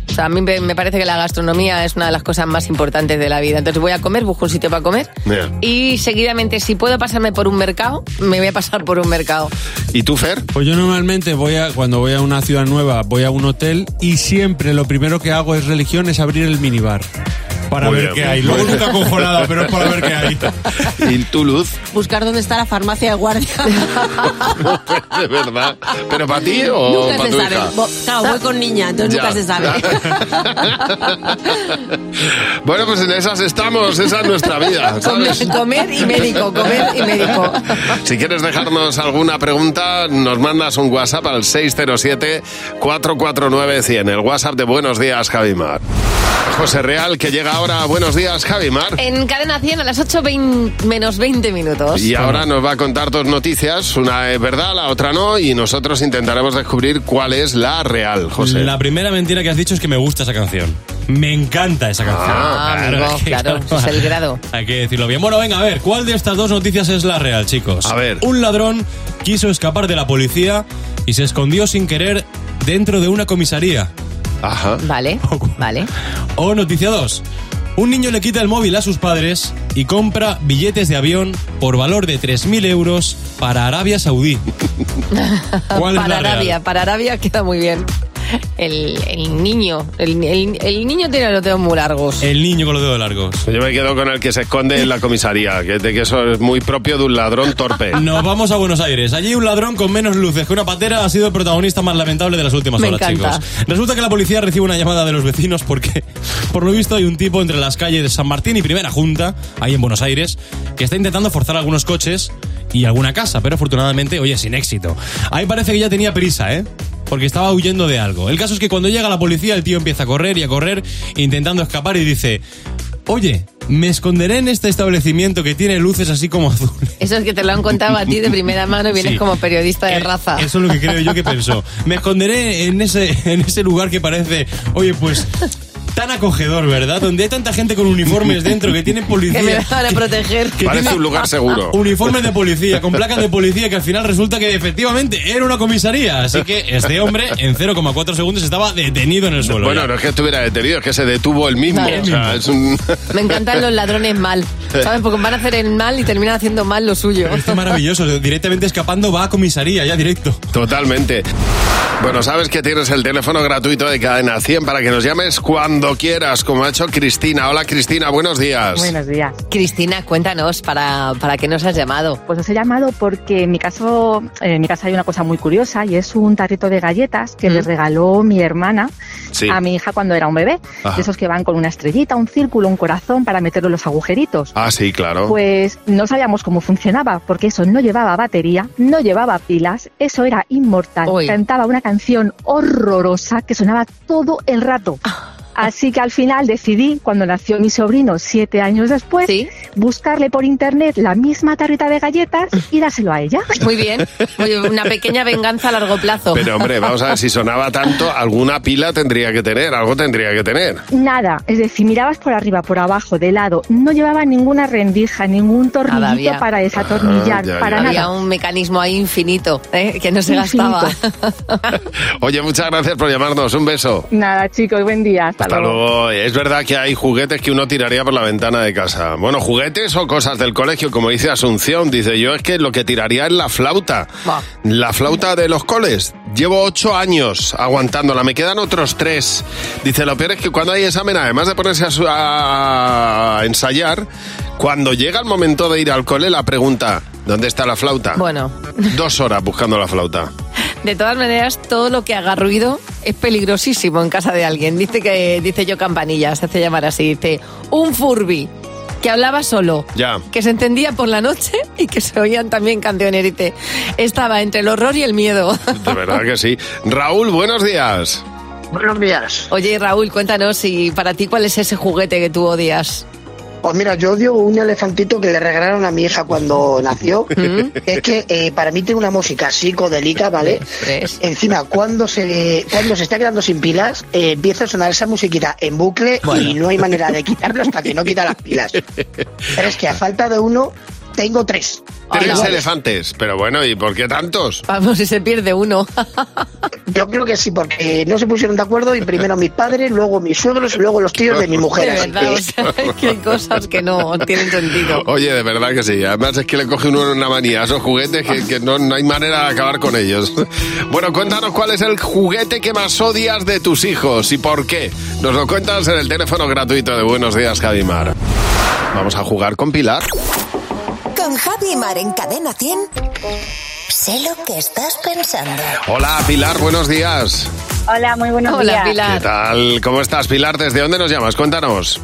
Speaker 3: O sea, a mí me me parece que la gastronomía es una de las cosas más importantes de la vida. Entonces voy a comer, busco un sitio para comer
Speaker 2: Mira.
Speaker 3: y seguidamente, si puedo pasarme por un mercado, me voy a pasar por un mercado.
Speaker 2: ¿Y tú, Fer?
Speaker 4: Pues yo normalmente voy a, cuando voy a una ciudad nueva, voy a un hotel y siempre lo primero que hago es religión, es abrir el minibar. Para
Speaker 2: Muy
Speaker 4: ver
Speaker 2: bien.
Speaker 4: qué hay. Luego
Speaker 2: Muy bien.
Speaker 4: nunca cojo nada, pero es para ver qué hay.
Speaker 2: ¿Y tu luz? *laughs*
Speaker 16: Buscar dónde está la farmacia de guardia.
Speaker 2: de verdad. ¿Pero para ti o
Speaker 16: nunca se
Speaker 2: para tu
Speaker 16: sabe.
Speaker 2: hija?
Speaker 16: Bo- Claro, voy con niña, entonces
Speaker 2: Ya.
Speaker 16: nunca se sabe.
Speaker 2: Bueno, pues en esas estamos. Esa es nuestra
Speaker 16: *laughs*
Speaker 2: vida.
Speaker 3: Comer,
Speaker 2: ¿sabes?
Speaker 3: comer y médico, comer y médico.
Speaker 2: Si quieres dejarnos alguna pregunta, nos mandas un WhatsApp al 607-449-100. El WhatsApp de Buenos Días, Javimar. José Real, que llega ahora a Buenos Días, Javimar.
Speaker 3: En cadena 100 a las 8 vein- menos 20 minutos.
Speaker 2: Y ahora nos va a contar dos noticias, una es verdad, la otra no, y nosotros intentaremos descubrir cuál es la real,
Speaker 3: Pues
Speaker 2: José.
Speaker 18: La primera mentira que has dicho es que me gusta esa canción. Me encanta esa canción.
Speaker 3: Ah, amigo,
Speaker 18: es que *laughs*
Speaker 3: claro, ese es el grado.
Speaker 18: Hay que decirlo bien. Bueno, venga, a ver, ¿cuál de estas dos noticias es la real, chicos? A ver. Un ladrón quiso escapar de la policía y se escondió sin querer dentro de una comisaría.
Speaker 2: Ajá.
Speaker 18: *laughs*
Speaker 3: Vale, vale.
Speaker 18: O noticia 2. Un niño le quita el móvil a sus padres y compra billetes de avión por valor de 3.000 euros para Arabia
Speaker 3: *laughs*
Speaker 18: Saudí. ¿Cuál es
Speaker 3: para
Speaker 18: la real?
Speaker 3: Arabia, para Arabia queda muy bien. El, el niño, el, el- el niño tiene los dedos muy largos.
Speaker 18: El niño con los dedos largos.
Speaker 2: Yo me quedo con el que se esconde en la comisaría, que, de que eso es muy propio de un ladrón torpe.
Speaker 18: Nos vamos a Buenos Aires. Allí un ladrón con menos luces que una patera ha sido el protagonista más lamentable de las últimas
Speaker 2: Me
Speaker 18: horas,
Speaker 2: encanta.
Speaker 18: chicos. Resulta que la policía recibe una llamada de los vecinos porque, *laughs* por lo visto, hay un tipo entre las calles de San Martín y Primera Junta, ahí en Buenos Aires, que está intentando forzar algunos coches y alguna casa, pero afortunadamente, oye, sin éxito. Ahí parece que ya tenía prisa, ¿eh? Porque estaba huyendo de algo. El caso es que cuando llega la policía, el tío empieza a correr y a correr, intentando escapar y dice, oye, me esconderé en este establecimiento que tiene luces así como *laughs* azul.
Speaker 3: Eso es que te lo han contado a ti
Speaker 18: *laughs*
Speaker 3: de primera mano y *laughs* vienes
Speaker 18: Sí. Eh,
Speaker 3: como periodista de raza.
Speaker 18: Eso es lo que creo yo que
Speaker 3: *laughs*
Speaker 18: pensó. Me esconderé en ese, en ese lugar que parece, oye, pues tan acogedor, ¿verdad? Donde hay tanta gente con uniformes dentro que
Speaker 3: *laughs*
Speaker 18: tienen policía.
Speaker 3: que me van a
Speaker 18: *laughs*
Speaker 3: proteger.
Speaker 18: que tienen Uniformes de policía, con placas de policía, que al final resulta que efectivamente era una comisaría. Así que este hombre en 0,4 segundos estaba detenido en el suelo.
Speaker 2: Bueno, no es que estuviera detenido, es que se detuvo el mismo.
Speaker 3: Claro.
Speaker 2: O sea, es un...
Speaker 3: Me
Speaker 2: *laughs*
Speaker 3: encantan los ladrones mal. ¿Sabes? Porque van a hacer el mal y terminan haciendo mal lo suyo.
Speaker 18: Esto es Este maravilloso, directamente escapando va a comisaría, ya directo.
Speaker 2: Totalmente. Bueno, sabes que tienes el teléfono gratuito de Cadena 100 para que nos llames cuando quieras, como ha hecho Cristina. Hola Cristina, buenos días.
Speaker 3: días. Cristina, cuéntanos para, para qué nos has llamado.
Speaker 19: Pues os he llamado porque en mi caso, en mi casa hay una cosa muy curiosa y es un tarrito de galletas
Speaker 13: ¿Mm?
Speaker 19: que les regaló mi hermana
Speaker 20: Sí.
Speaker 19: a mi hija cuando era un bebé.
Speaker 2: Ajá.
Speaker 19: De esos que van con una estrellita, un círculo, un corazón para meterlo en los agujeritos.
Speaker 2: Ah, sí, claro.
Speaker 19: Pues no sabíamos cómo funcionaba, porque eso no llevaba batería, no llevaba pilas, eso era inmortal.
Speaker 21: Uy.
Speaker 19: Cantaba una canción horrorosa que sonaba todo el rato. Así que al final decidí, cuando nació mi sobrino siete años después, buscarle por internet la misma tarrita de galletas y dárselo a ella.
Speaker 3: Muy bien. Oye, una pequeña venganza a largo plazo.
Speaker 2: Pero hombre, vamos a ver, si sonaba tanto, alguna pila tendría que tener, algo tendría que tener.
Speaker 19: Nada, es decir, mirabas por arriba, por abajo, de lado, no llevaba ninguna rendija, ningún tornillito
Speaker 3: había.
Speaker 19: para desatornillar,
Speaker 2: Ah, ya,
Speaker 19: para
Speaker 2: ya.
Speaker 19: nada.
Speaker 3: Había un mecanismo ahí infinito ¿eh? que no se
Speaker 19: Infinito.
Speaker 3: gastaba. *laughs*
Speaker 2: Oye, muchas gracias por llamarnos, un beso.
Speaker 19: Nada, chicos, buen día. Hasta,
Speaker 2: Hasta luego. Es verdad que hay juguetes que uno tiraría por la ventana de casa. Bueno, juguetes o cosas del colegio, como dice Asunción. Dice yo es que lo que tiraría es la flauta. La flauta de los coles. Llevo ocho años aguantándola. Me quedan otros tres. Dice lo peor es que cuando hay examen, además de ponerse a, su- a ensayar, cuando llega el momento de ir al cole, la pregunta ¿dónde está la flauta?
Speaker 3: Bueno.
Speaker 2: Dos horas buscando la flauta.
Speaker 3: De todas maneras, todo lo que haga ruido es peligrosísimo en casa de alguien. Dice que dice yo campanilla, se hace llamar así. Dice un Furby que hablaba solo,
Speaker 2: Ya.
Speaker 3: que se entendía por la noche *laughs* y que se oían también canciones. Dice, estaba entre el horror y el miedo. *laughs*
Speaker 2: De verdad que sí. Raúl, buenos días.
Speaker 3: Buenos días. Oye, Raúl, cuéntanos, ¿y para ti cuál es ese juguete que tú odias?
Speaker 20: Pues mira, yo odio un elefantito que le regalaron a mi hija cuando
Speaker 3: *laughs*
Speaker 20: nació.
Speaker 3: Mm.
Speaker 20: es que eh, para mí tiene una música psicodélica, ¿vale? Encima, cuando se, cuando se está quedando sin pilas, eh, empieza a sonar esa musiquita en bucle y no hay manera de quitarlo hasta que no quita las pilas. Pero es que a falta de uno, tengo tres.
Speaker 2: Tres
Speaker 20: Iguales.
Speaker 2: elefantes. Pero bueno, ¿y por qué tantos?
Speaker 3: Vamos, *laughs* si se pierde uno.
Speaker 20: Yo creo que sí, porque no se pusieron de acuerdo y primero mis padres, luego mis suegros y luego los tíos de mi mujer.
Speaker 3: De
Speaker 20: así
Speaker 3: verdad, o
Speaker 20: que-
Speaker 3: sea, *laughs* que hay cosas que no tienen
Speaker 2: *laughs*
Speaker 3: sentido.
Speaker 2: Oye, de verdad que sí. Además es que le coge uno una manía a esos juguetes que, que no, no hay manera de acabar con ellos. *laughs* Bueno, cuéntanos cuál es el juguete que más odias de tus hijos y por qué. Nos lo cuentas en el teléfono gratuito de Buenos Días, Javimar. Vamos a jugar con Pilar.
Speaker 21: Con Javi y Mar en Cadena 100. Sé lo que estás pensando.
Speaker 2: Hola, Pilar, buenos días.
Speaker 21: *laughs* Hola, muy buenos días.
Speaker 2: ¿Qué tal? ¿Cómo estás, Pilar? ¿Desde dónde nos llamas? Cuéntanos.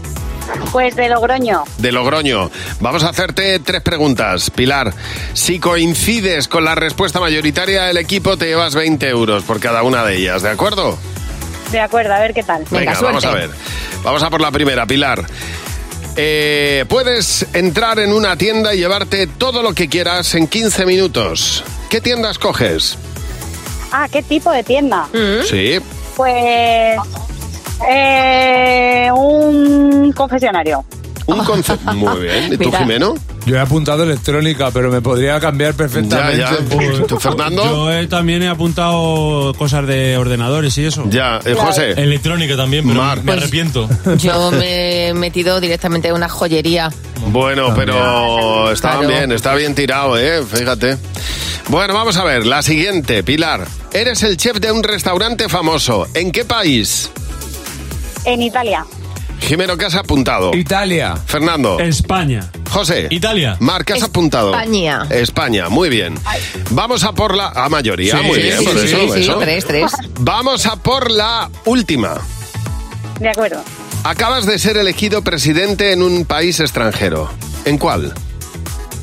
Speaker 21: Pues de Logroño.
Speaker 2: de Logroño. Vamos a hacerte tres preguntas. Pilar, si coincides con la respuesta mayoritaria del equipo, te llevas 20 euros por cada una de ellas, ¿de acuerdo?
Speaker 21: De acuerdo, a ver qué tal.
Speaker 2: vamos a ver. Vamos a por la primera, Pilar. Eh, puedes entrar en una tienda y llevarte todo lo que quieras en 15 minutos. ¿Qué tiendas coges?
Speaker 21: Ah, ¿qué tipo de tienda?
Speaker 2: Sí.
Speaker 21: Pues eh, un confesionario.
Speaker 2: Un
Speaker 21: *laughs*
Speaker 2: concepto. Muy bien. ¿Y tú,
Speaker 21: Mira.
Speaker 2: Jimeno?
Speaker 22: Yo he apuntado electrónica, pero me podría cambiar perfectamente.
Speaker 2: Ya, ya.
Speaker 22: por-
Speaker 2: ¿Tú, Fernando?
Speaker 4: Yo eh, también he apuntado cosas de ordenadores y eso.
Speaker 2: Ya, eh, José.
Speaker 18: Electrónica también, pero me
Speaker 22: *laughs*
Speaker 4: Pues-
Speaker 18: arrepiento.
Speaker 3: Yo me he metido directamente en una joyería.
Speaker 2: Bueno, pero está
Speaker 3: Claro.
Speaker 2: bien, está bien tirado, ¿eh? Fíjate. Bueno, vamos a ver, la siguiente, Pilar. Eres el chef de un restaurante famoso. ¿En qué país?
Speaker 21: En Italia.
Speaker 2: Jimeno, ¿qué has apuntado? Italia. Fernando. España. José. Italia. Mar, ¿qué has apuntado?
Speaker 3: España.
Speaker 2: España, muy bien. Vamos a por la... A mayoría,
Speaker 3: Sí,
Speaker 2: muy
Speaker 3: sí,
Speaker 2: bien.
Speaker 3: sí,
Speaker 2: por
Speaker 3: sí,
Speaker 2: eso,
Speaker 3: sí,
Speaker 2: por
Speaker 3: sí,
Speaker 2: eso.
Speaker 3: tres, tres.
Speaker 2: Vamos a por la última.
Speaker 21: De acuerdo.
Speaker 2: Acabas de ser elegido presidente en un país extranjero. ¿En cuál?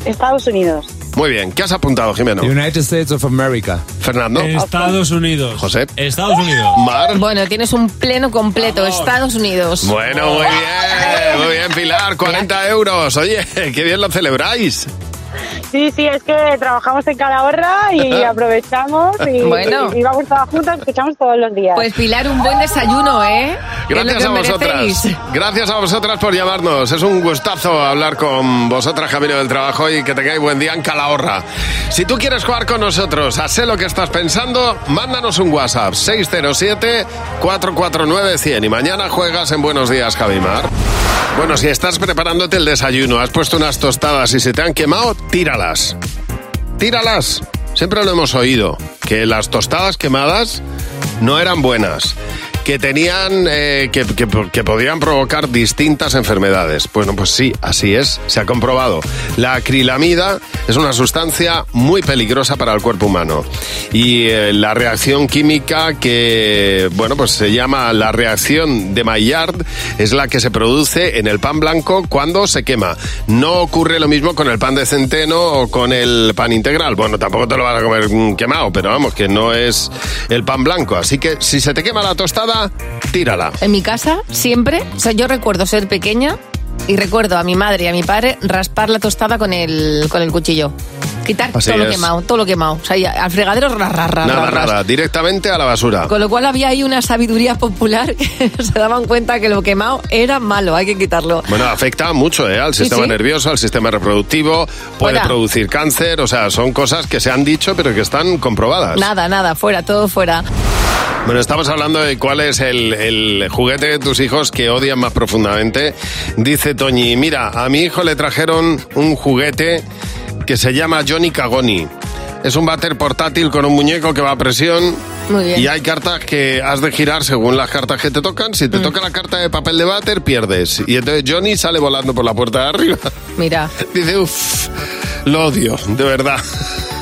Speaker 21: Estados Unidos.
Speaker 2: Muy bien, ¿qué has apuntado, Jimeno? United States of America. Fernando.
Speaker 18: Estados
Speaker 2: Unidos. José.
Speaker 18: Estados Unidos.
Speaker 2: Mar.
Speaker 3: Bueno, tienes un pleno completo, Estados Unidos.
Speaker 2: Bueno, muy bien, muy bien, Pilar, 40 euros. Oye, qué bien lo celebráis.
Speaker 21: Sí, sí, es que trabajamos en Calahorra y aprovechamos y,
Speaker 3: Bueno.
Speaker 21: y, y vamos todas juntas, escuchamos todos los días.
Speaker 3: Pues Pilar, un buen desayuno, ¿eh? Que es lo
Speaker 2: Gracias
Speaker 3: que
Speaker 2: a
Speaker 3: os
Speaker 2: vosotras.
Speaker 3: merecéis.
Speaker 2: Gracias a vosotras por llamarnos. Es un gustazo hablar con vosotras, Camino del Trabajo, y que tengáis buen día en Calahorra. Si tú quieres jugar con nosotros, a sé lo que estás pensando, mándanos un WhatsApp 607-449-100. Y mañana juegas en Buenos Días, Javimar. Bueno, si estás preparándote el desayuno, has puesto unas tostadas y se te han quemado, tíralas. tíralas. Siempre lo hemos oído, que las tostadas quemadas no eran buenas, que tenían, eh, que, que- que podían provocar distintas enfermedades. Bueno, pues sí, así es, se ha comprobado. La acrilamida es una sustancia muy peligrosa para el cuerpo humano y eh, la reacción química que, bueno, pues se llama la reacción de Maillard es la que se produce en el pan blanco cuando se quema. No ocurre lo mismo con el pan de centeno o con el pan integral. Bueno, tampoco te lo vas a comer mm, quemado, pero vamos, que no es el pan blanco. Así que si se te quema la tostada, tírala.
Speaker 3: En mi casa, siempre, o sea, yo recuerdo ser pequeña y recuerdo a mi madre y a mi padre raspar la tostada con el, con el cuchillo. Quitar
Speaker 2: Así
Speaker 3: todo lo
Speaker 2: es.
Speaker 3: quemado, todo lo quemado. O sea, y al fregadero, ra, ra, ra, ra,
Speaker 2: Nada,
Speaker 3: ra.
Speaker 2: nada, directamente a la basura.
Speaker 3: Con lo cual había ahí una sabiduría *laughs* popular que *laughs* se daban cuenta que lo quemado era malo, hay que quitarlo.
Speaker 2: Bueno, afecta mucho ¿eh? al
Speaker 3: Sí,
Speaker 2: sistema
Speaker 3: sí.
Speaker 2: nervioso, al sistema reproductivo, puede
Speaker 3: Fuera.
Speaker 2: producir cáncer, o sea, son cosas que se han dicho pero que están comprobadas.
Speaker 3: Nada, nada, fuera, todo fuera.
Speaker 2: Bueno, estamos hablando de cuál es el, el juguete de tus hijos que odian más profundamente. Dice Toñi, mira, a mi hijo le trajeron un juguete que se llama Johnny Cagoni. Es un váter portátil con un muñeco que va a presión.
Speaker 3: Muy bien.
Speaker 2: Y hay cartas que has de girar según las cartas que te tocan. Si te
Speaker 3: Mm.
Speaker 2: toca la carta de papel de váter, pierdes. Y entonces Johnny sale *laughs* volando por la puerta de arriba.
Speaker 3: Mira.
Speaker 2: Dice, uff, lo odio, de verdad.
Speaker 3: *laughs*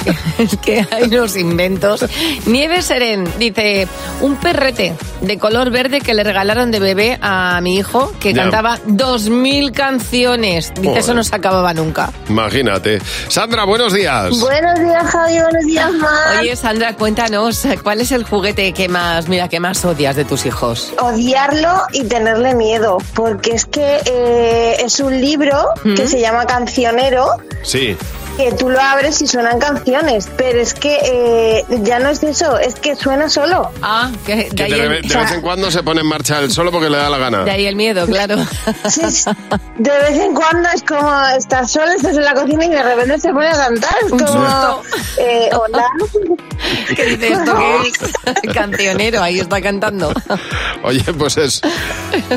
Speaker 2: *laughs*
Speaker 3: es que hay unos inventos. Nieve Seren dice, un perrete de color verde que le regalaron de bebé a mi hijo que
Speaker 2: Ya.
Speaker 3: cantaba 2.000 canciones. Dice,
Speaker 2: Joder.
Speaker 3: eso no se acababa nunca.
Speaker 2: Imagínate. Sandra, buenos días.
Speaker 3: Buenos días, Javi, buenos días, más. Oye, Sandra, cuéntanos, ¿cuál es el juguete que más, mira, que más odias de tus hijos?
Speaker 1: odiarlo y tenerle miedo, porque es que eh, es un libro que se llama Cancionero,
Speaker 2: Sí.
Speaker 1: que tú lo abres y suenan canciones, pero es que eh, ya no es eso, es que suena solo.
Speaker 3: Ah, que
Speaker 2: Que de, ve- de vez en cuando se pone en marcha él solo porque le da la gana.
Speaker 3: ahí el
Speaker 2: *laughs*
Speaker 3: miedo, claro. *laughs*
Speaker 1: de vez en cuando es como estás solo, estás en la cocina y de repente se pone a cantar. Es como, eh, hola.
Speaker 3: *laughs* ¿Qué dice esto que
Speaker 2: *laughs*
Speaker 3: es? Cancionero, ahí está cantando.
Speaker 2: Oye, pues es,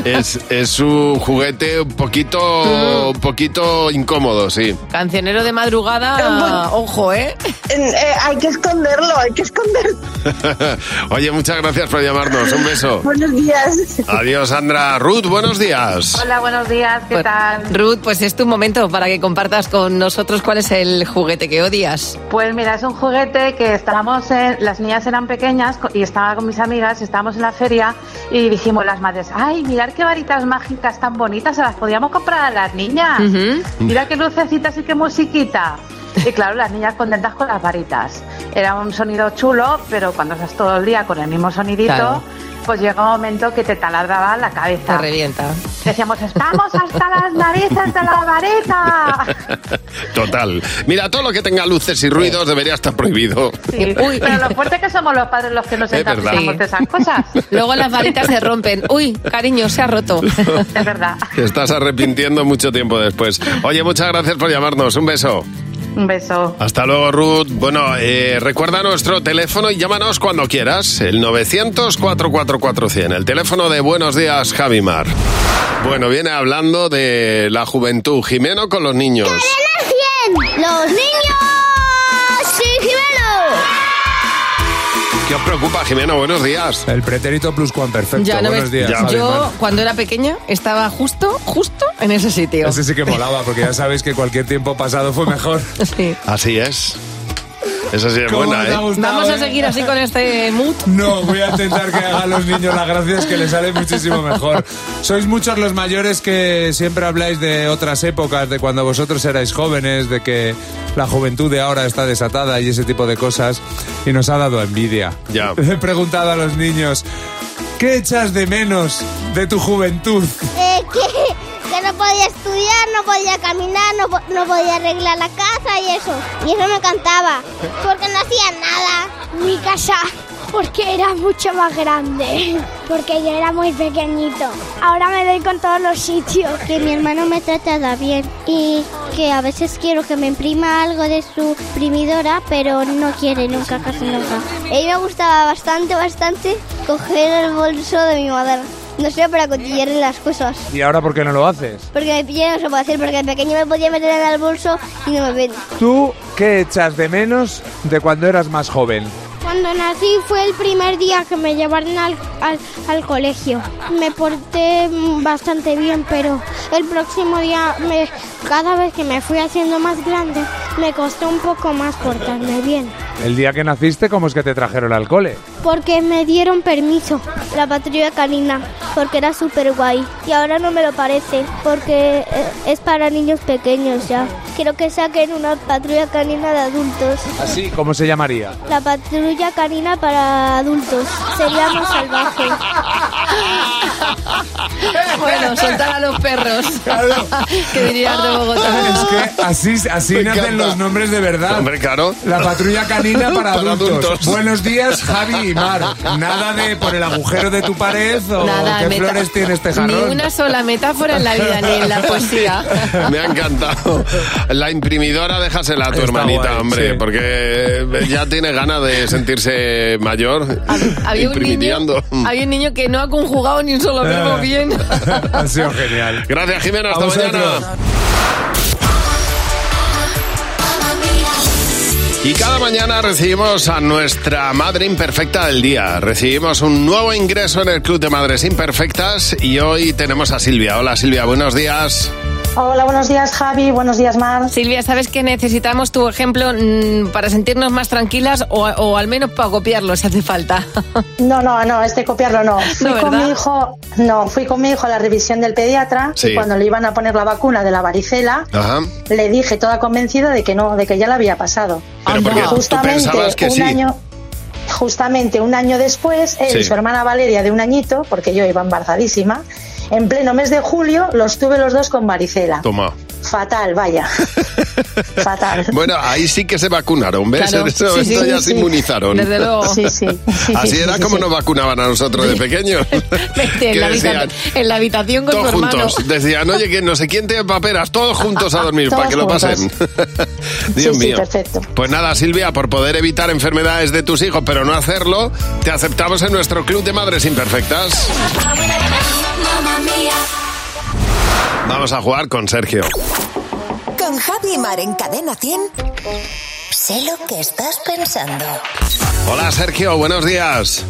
Speaker 2: es, es un juguete un poquito, un poquito incómodo, sí. *laughs*
Speaker 3: Cancionero de madrugada, ojo, ¿eh?
Speaker 1: Hay que esconderlo, hay que esconderlo.
Speaker 2: Oye, muchas gracias por llamarnos. Un beso.
Speaker 1: Buenos días.
Speaker 2: Adiós, Sandra. Ruth, buenos días.
Speaker 1: Hola, buenos días, ¿qué
Speaker 3: tal? Ruth, pues es tu momento para que compartas con nosotros cuál es el juguete que odias.
Speaker 10: Pues mira, es un juguete que estábamos en, las niñas eran pequeñas co- y estaba con mis amigas, estábamos en la feria y dijimos las madres, ay, mirad qué varitas mágicas tan bonitas, se las podíamos comprar a las niñas. Mira qué lucecitas y qué musiquita. Y claro, las niñas contentas con las varitas. Era un sonido chulo, pero cuando estás todo el día con el mismo sonidito,
Speaker 3: Claro.
Speaker 10: pues llega un momento que te taladraba la cabeza.
Speaker 22: Ah.
Speaker 3: Te revienta.
Speaker 10: Decíamos, estamos hasta las narices de la varita.
Speaker 2: *laughs* Total. Mira, todo lo que tenga luces y ruidos debería estar prohibido. *laughs*
Speaker 10: Sí, pero lo fuerte que somos los padres los que nos
Speaker 2: Es
Speaker 10: encargamos
Speaker 2: verdad.
Speaker 10: de esas cosas.
Speaker 3: Luego las varitas se rompen.
Speaker 22: *laughs*
Speaker 3: Uy, cariño, se ha roto.
Speaker 10: Es verdad.
Speaker 2: Te estás arrepintiendo mucho tiempo después. Oye, muchas gracias por llamarnos. Un beso.
Speaker 10: Un beso.
Speaker 2: Hasta luego, Ruth. Bueno, eh, recuerda nuestro teléfono y llámanos cuando quieras. El 900-444-100. El teléfono de Buenos Días, Javimar. Bueno, viene hablando de la juventud. Jimeno con los niños.
Speaker 23: ¡Los niños! ¡Sí,
Speaker 2: ¿Qué os preocupa, Jimeno? Buenos días. El pretérito plus perfecto.
Speaker 3: Ya no ves- Yo, cuando era pequeña, estaba justo, justo en ese sitio.
Speaker 22: Ese sí que molaba, porque ya sabéis que cualquier tiempo pasado fue mejor.
Speaker 3: Sí.
Speaker 2: Así es. Esa sí es
Speaker 22: ¿Cómo
Speaker 2: buena,
Speaker 22: nos ha
Speaker 2: ¿eh?
Speaker 3: Vamos a seguir así con este
Speaker 22: *laughs*
Speaker 3: mood.
Speaker 22: No, voy a intentar que hagan los niños las gracias que les sale muchísimo mejor. Sois muchos los mayores que siempre habláis de otras épocas, de cuando vosotros erais jóvenes, de que la juventud de ahora está desatada y ese tipo de cosas, y nos ha dado envidia.
Speaker 2: Ya.
Speaker 22: *laughs* He preguntado a los niños, ¿qué echas de menos de tu juventud?
Speaker 23: Eh, *laughs* que, que no podía estudiar, no podía caminar, no, po- no podía arreglar la casa y eso. Y eso me encantaba, porque no hacía nada. Mi casa, porque era mucho más grande, *laughs* porque yo era muy pequeñito. Ahora me doy con todos los sitios. Que mi hermano me trataba bien y que a veces quiero que me imprima algo de su imprimidora, pero no quiere nunca, casi nunca. A mí me gustaba bastante, bastante coger el bolso de mi madre. No sé, para cotillar las cosas.
Speaker 22: ¿Y ahora por qué no lo haces?
Speaker 23: Porque me pillé no se puede hacer, porque de pequeño me podía meter en el bolso y no me ven.
Speaker 22: ¿Tú qué echas de menos de cuando eras más joven?
Speaker 23: Cuando nací fue el primer día que me llevaron al, al- al colegio. Me porté mm, bastante bien, pero el próximo día, me- cada vez que me fui haciendo más grande, me costó un poco más portarme bien.
Speaker 22: El día que naciste, ¿cómo es que te trajeron al cole?
Speaker 23: Porque me dieron permiso. La patrulla canina, porque era súper guay. Y ahora no me lo parece, porque eh, es para niños pequeños ya. Quiero que saquen una patrulla canina de adultos.
Speaker 22: ¿Así? ¿Cómo se llamaría?
Speaker 23: La patrulla canina para adultos. Sería más salvaje.
Speaker 3: Bueno, soltar a los perros. *laughs* que dirías de Bogotá.
Speaker 22: Es
Speaker 3: *laughs*
Speaker 22: que así, así
Speaker 2: Me
Speaker 22: nacen
Speaker 2: encanta.
Speaker 22: los nombres de verdad.
Speaker 2: Hombre, claro.
Speaker 22: La patrulla canina
Speaker 2: *laughs*
Speaker 22: para,
Speaker 2: Para
Speaker 22: adultos.
Speaker 2: adultos.
Speaker 22: Buenos días, Javi y Mar. Nada de por el agujero de tu pared o
Speaker 3: Nada,
Speaker 22: qué
Speaker 3: meta-
Speaker 22: flores tiene este
Speaker 3: Ni
Speaker 22: jarrón.
Speaker 3: una sola metáfora en la vida, ni
Speaker 22: *laughs*
Speaker 3: en la poesía.
Speaker 2: *laughs* Me ha encantado. La imprimidora, déjasela a tu
Speaker 22: Está
Speaker 2: hermanita,
Speaker 22: guay,
Speaker 2: hombre,
Speaker 22: sí.
Speaker 2: porque ya tiene ganas de sentirse mayor.
Speaker 3: Había un, niño,
Speaker 2: imprimidiando.
Speaker 3: había un niño que no ha conjugado ni un solo
Speaker 2: Ah.
Speaker 3: verbo
Speaker 2: *laughs*
Speaker 3: bien.
Speaker 22: *laughs* Ha sido genial.
Speaker 2: Gracias, Jimena.
Speaker 22: A
Speaker 2: Hasta mañana. Y cada mañana recibimos a nuestra madre imperfecta del día. Recibimos un nuevo ingreso en el Club de Madres Imperfectas y hoy tenemos a Silvia. Hola Silvia, buenos días.
Speaker 5: Hola, buenos días Javi, buenos días Mar.
Speaker 3: Silvia, ¿sabes que necesitamos tu ejemplo mm, para sentirnos más tranquilas o, o al menos para copiarlo si hace falta? *laughs*
Speaker 5: No, no, no, este copiarlo no. Fui
Speaker 3: No,
Speaker 5: con
Speaker 3: ¿verdad?
Speaker 5: mi hijo, no, fui con mi hijo a la revisión del pediatra
Speaker 2: Sí.
Speaker 5: y cuando le iban a poner la vacuna de la varicela,
Speaker 2: Ajá.
Speaker 5: le dije toda convencida de que no, de que ya la había pasado.
Speaker 2: Pero porque tú pensabas que
Speaker 5: un
Speaker 2: sí.
Speaker 5: año justamente un año después, él
Speaker 2: Sí.
Speaker 5: y su hermana Valeria de un añito, porque yo iba embarazadísima, en pleno mes de julio los tuve los dos con varicela.
Speaker 2: Toma.
Speaker 5: Fatal, vaya. Fatal.
Speaker 2: *laughs* Bueno, ahí sí que se vacunaron, ¿ves?
Speaker 5: Claro.
Speaker 2: En ese
Speaker 5: Sí,
Speaker 2: momento
Speaker 5: sí,
Speaker 2: ya
Speaker 5: sí.
Speaker 2: se inmunizaron.
Speaker 5: Desde
Speaker 3: Oh.
Speaker 5: luego. Sí, sí. Sí,
Speaker 2: *laughs* Así
Speaker 5: sí,
Speaker 2: era
Speaker 5: sí,
Speaker 2: como
Speaker 5: sí.
Speaker 2: nos vacunaban a nosotros
Speaker 5: *laughs*
Speaker 2: de pequeños.
Speaker 3: Vete, *laughs* en,
Speaker 2: ¿Qué
Speaker 3: la habita-
Speaker 2: decían?
Speaker 3: en la habitación con tu
Speaker 2: Todos
Speaker 3: hermano.
Speaker 2: juntos. Decían, oye, que no sé quién tiene paperas,
Speaker 3: *laughs*
Speaker 2: todos juntos a dormir
Speaker 3: Todos
Speaker 2: para que lo pasen. *laughs* Dios
Speaker 5: Sí, sí,
Speaker 2: mío.
Speaker 5: perfecto.
Speaker 2: Pues nada, Silvia, por poder evitar enfermedades de tus hijos, pero no hacerlo, te aceptamos en nuestro club de madres imperfectas. Vamos a jugar con Sergio.
Speaker 21: Con Javi Mar en Cadena 100. Sé lo que estás pensando.
Speaker 2: Hola, Sergio, buenos días.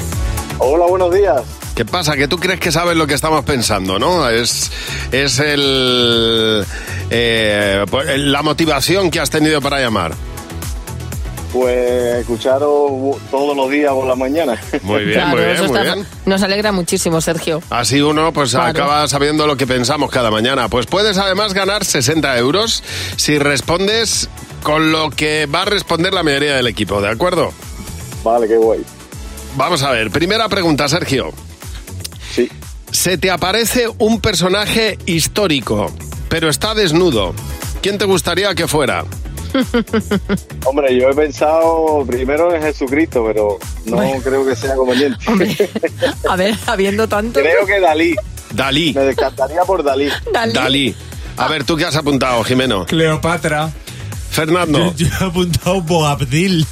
Speaker 7: Hola, buenos días.
Speaker 2: ¿Qué pasa? Que tú crees que sabes lo que estamos pensando, ¿no? Es, es el, eh, pues, el- la motivación que has tenido para llamar.
Speaker 7: Pues escucharos todos los días por la mañana.
Speaker 2: Muy bien,
Speaker 3: Claro,
Speaker 2: muy bien,
Speaker 3: eso
Speaker 2: muy
Speaker 3: está-
Speaker 2: bien.
Speaker 3: Nos alegra muchísimo, Sergio.
Speaker 2: Así uno pues
Speaker 3: Claro.
Speaker 2: acaba sabiendo lo que pensamos cada mañana. Pues puedes además ganar 60 euros si respondes con lo que va a responder la mayoría del equipo, ¿de acuerdo?
Speaker 7: Vale, qué guay.
Speaker 2: Vamos a ver, primera pregunta, Sergio.
Speaker 7: Sí.
Speaker 2: Se te aparece un personaje histórico, pero está desnudo. ¿Quién te gustaría que fuera?
Speaker 7: Hombre, yo he pensado primero en Jesucristo, pero no
Speaker 3: Bueno.
Speaker 7: creo que sea conveniente.
Speaker 3: A ver, *laughs* habiendo tanto.
Speaker 7: Creo que Dalí.
Speaker 2: Dalí.
Speaker 7: Me descartaría por Dalí.
Speaker 3: Dalí.
Speaker 2: A ver, ¿tú qué has apuntado, Jimeno?
Speaker 22: Cleopatra.
Speaker 2: Fernando.
Speaker 22: Yo, he apuntado Boabdil.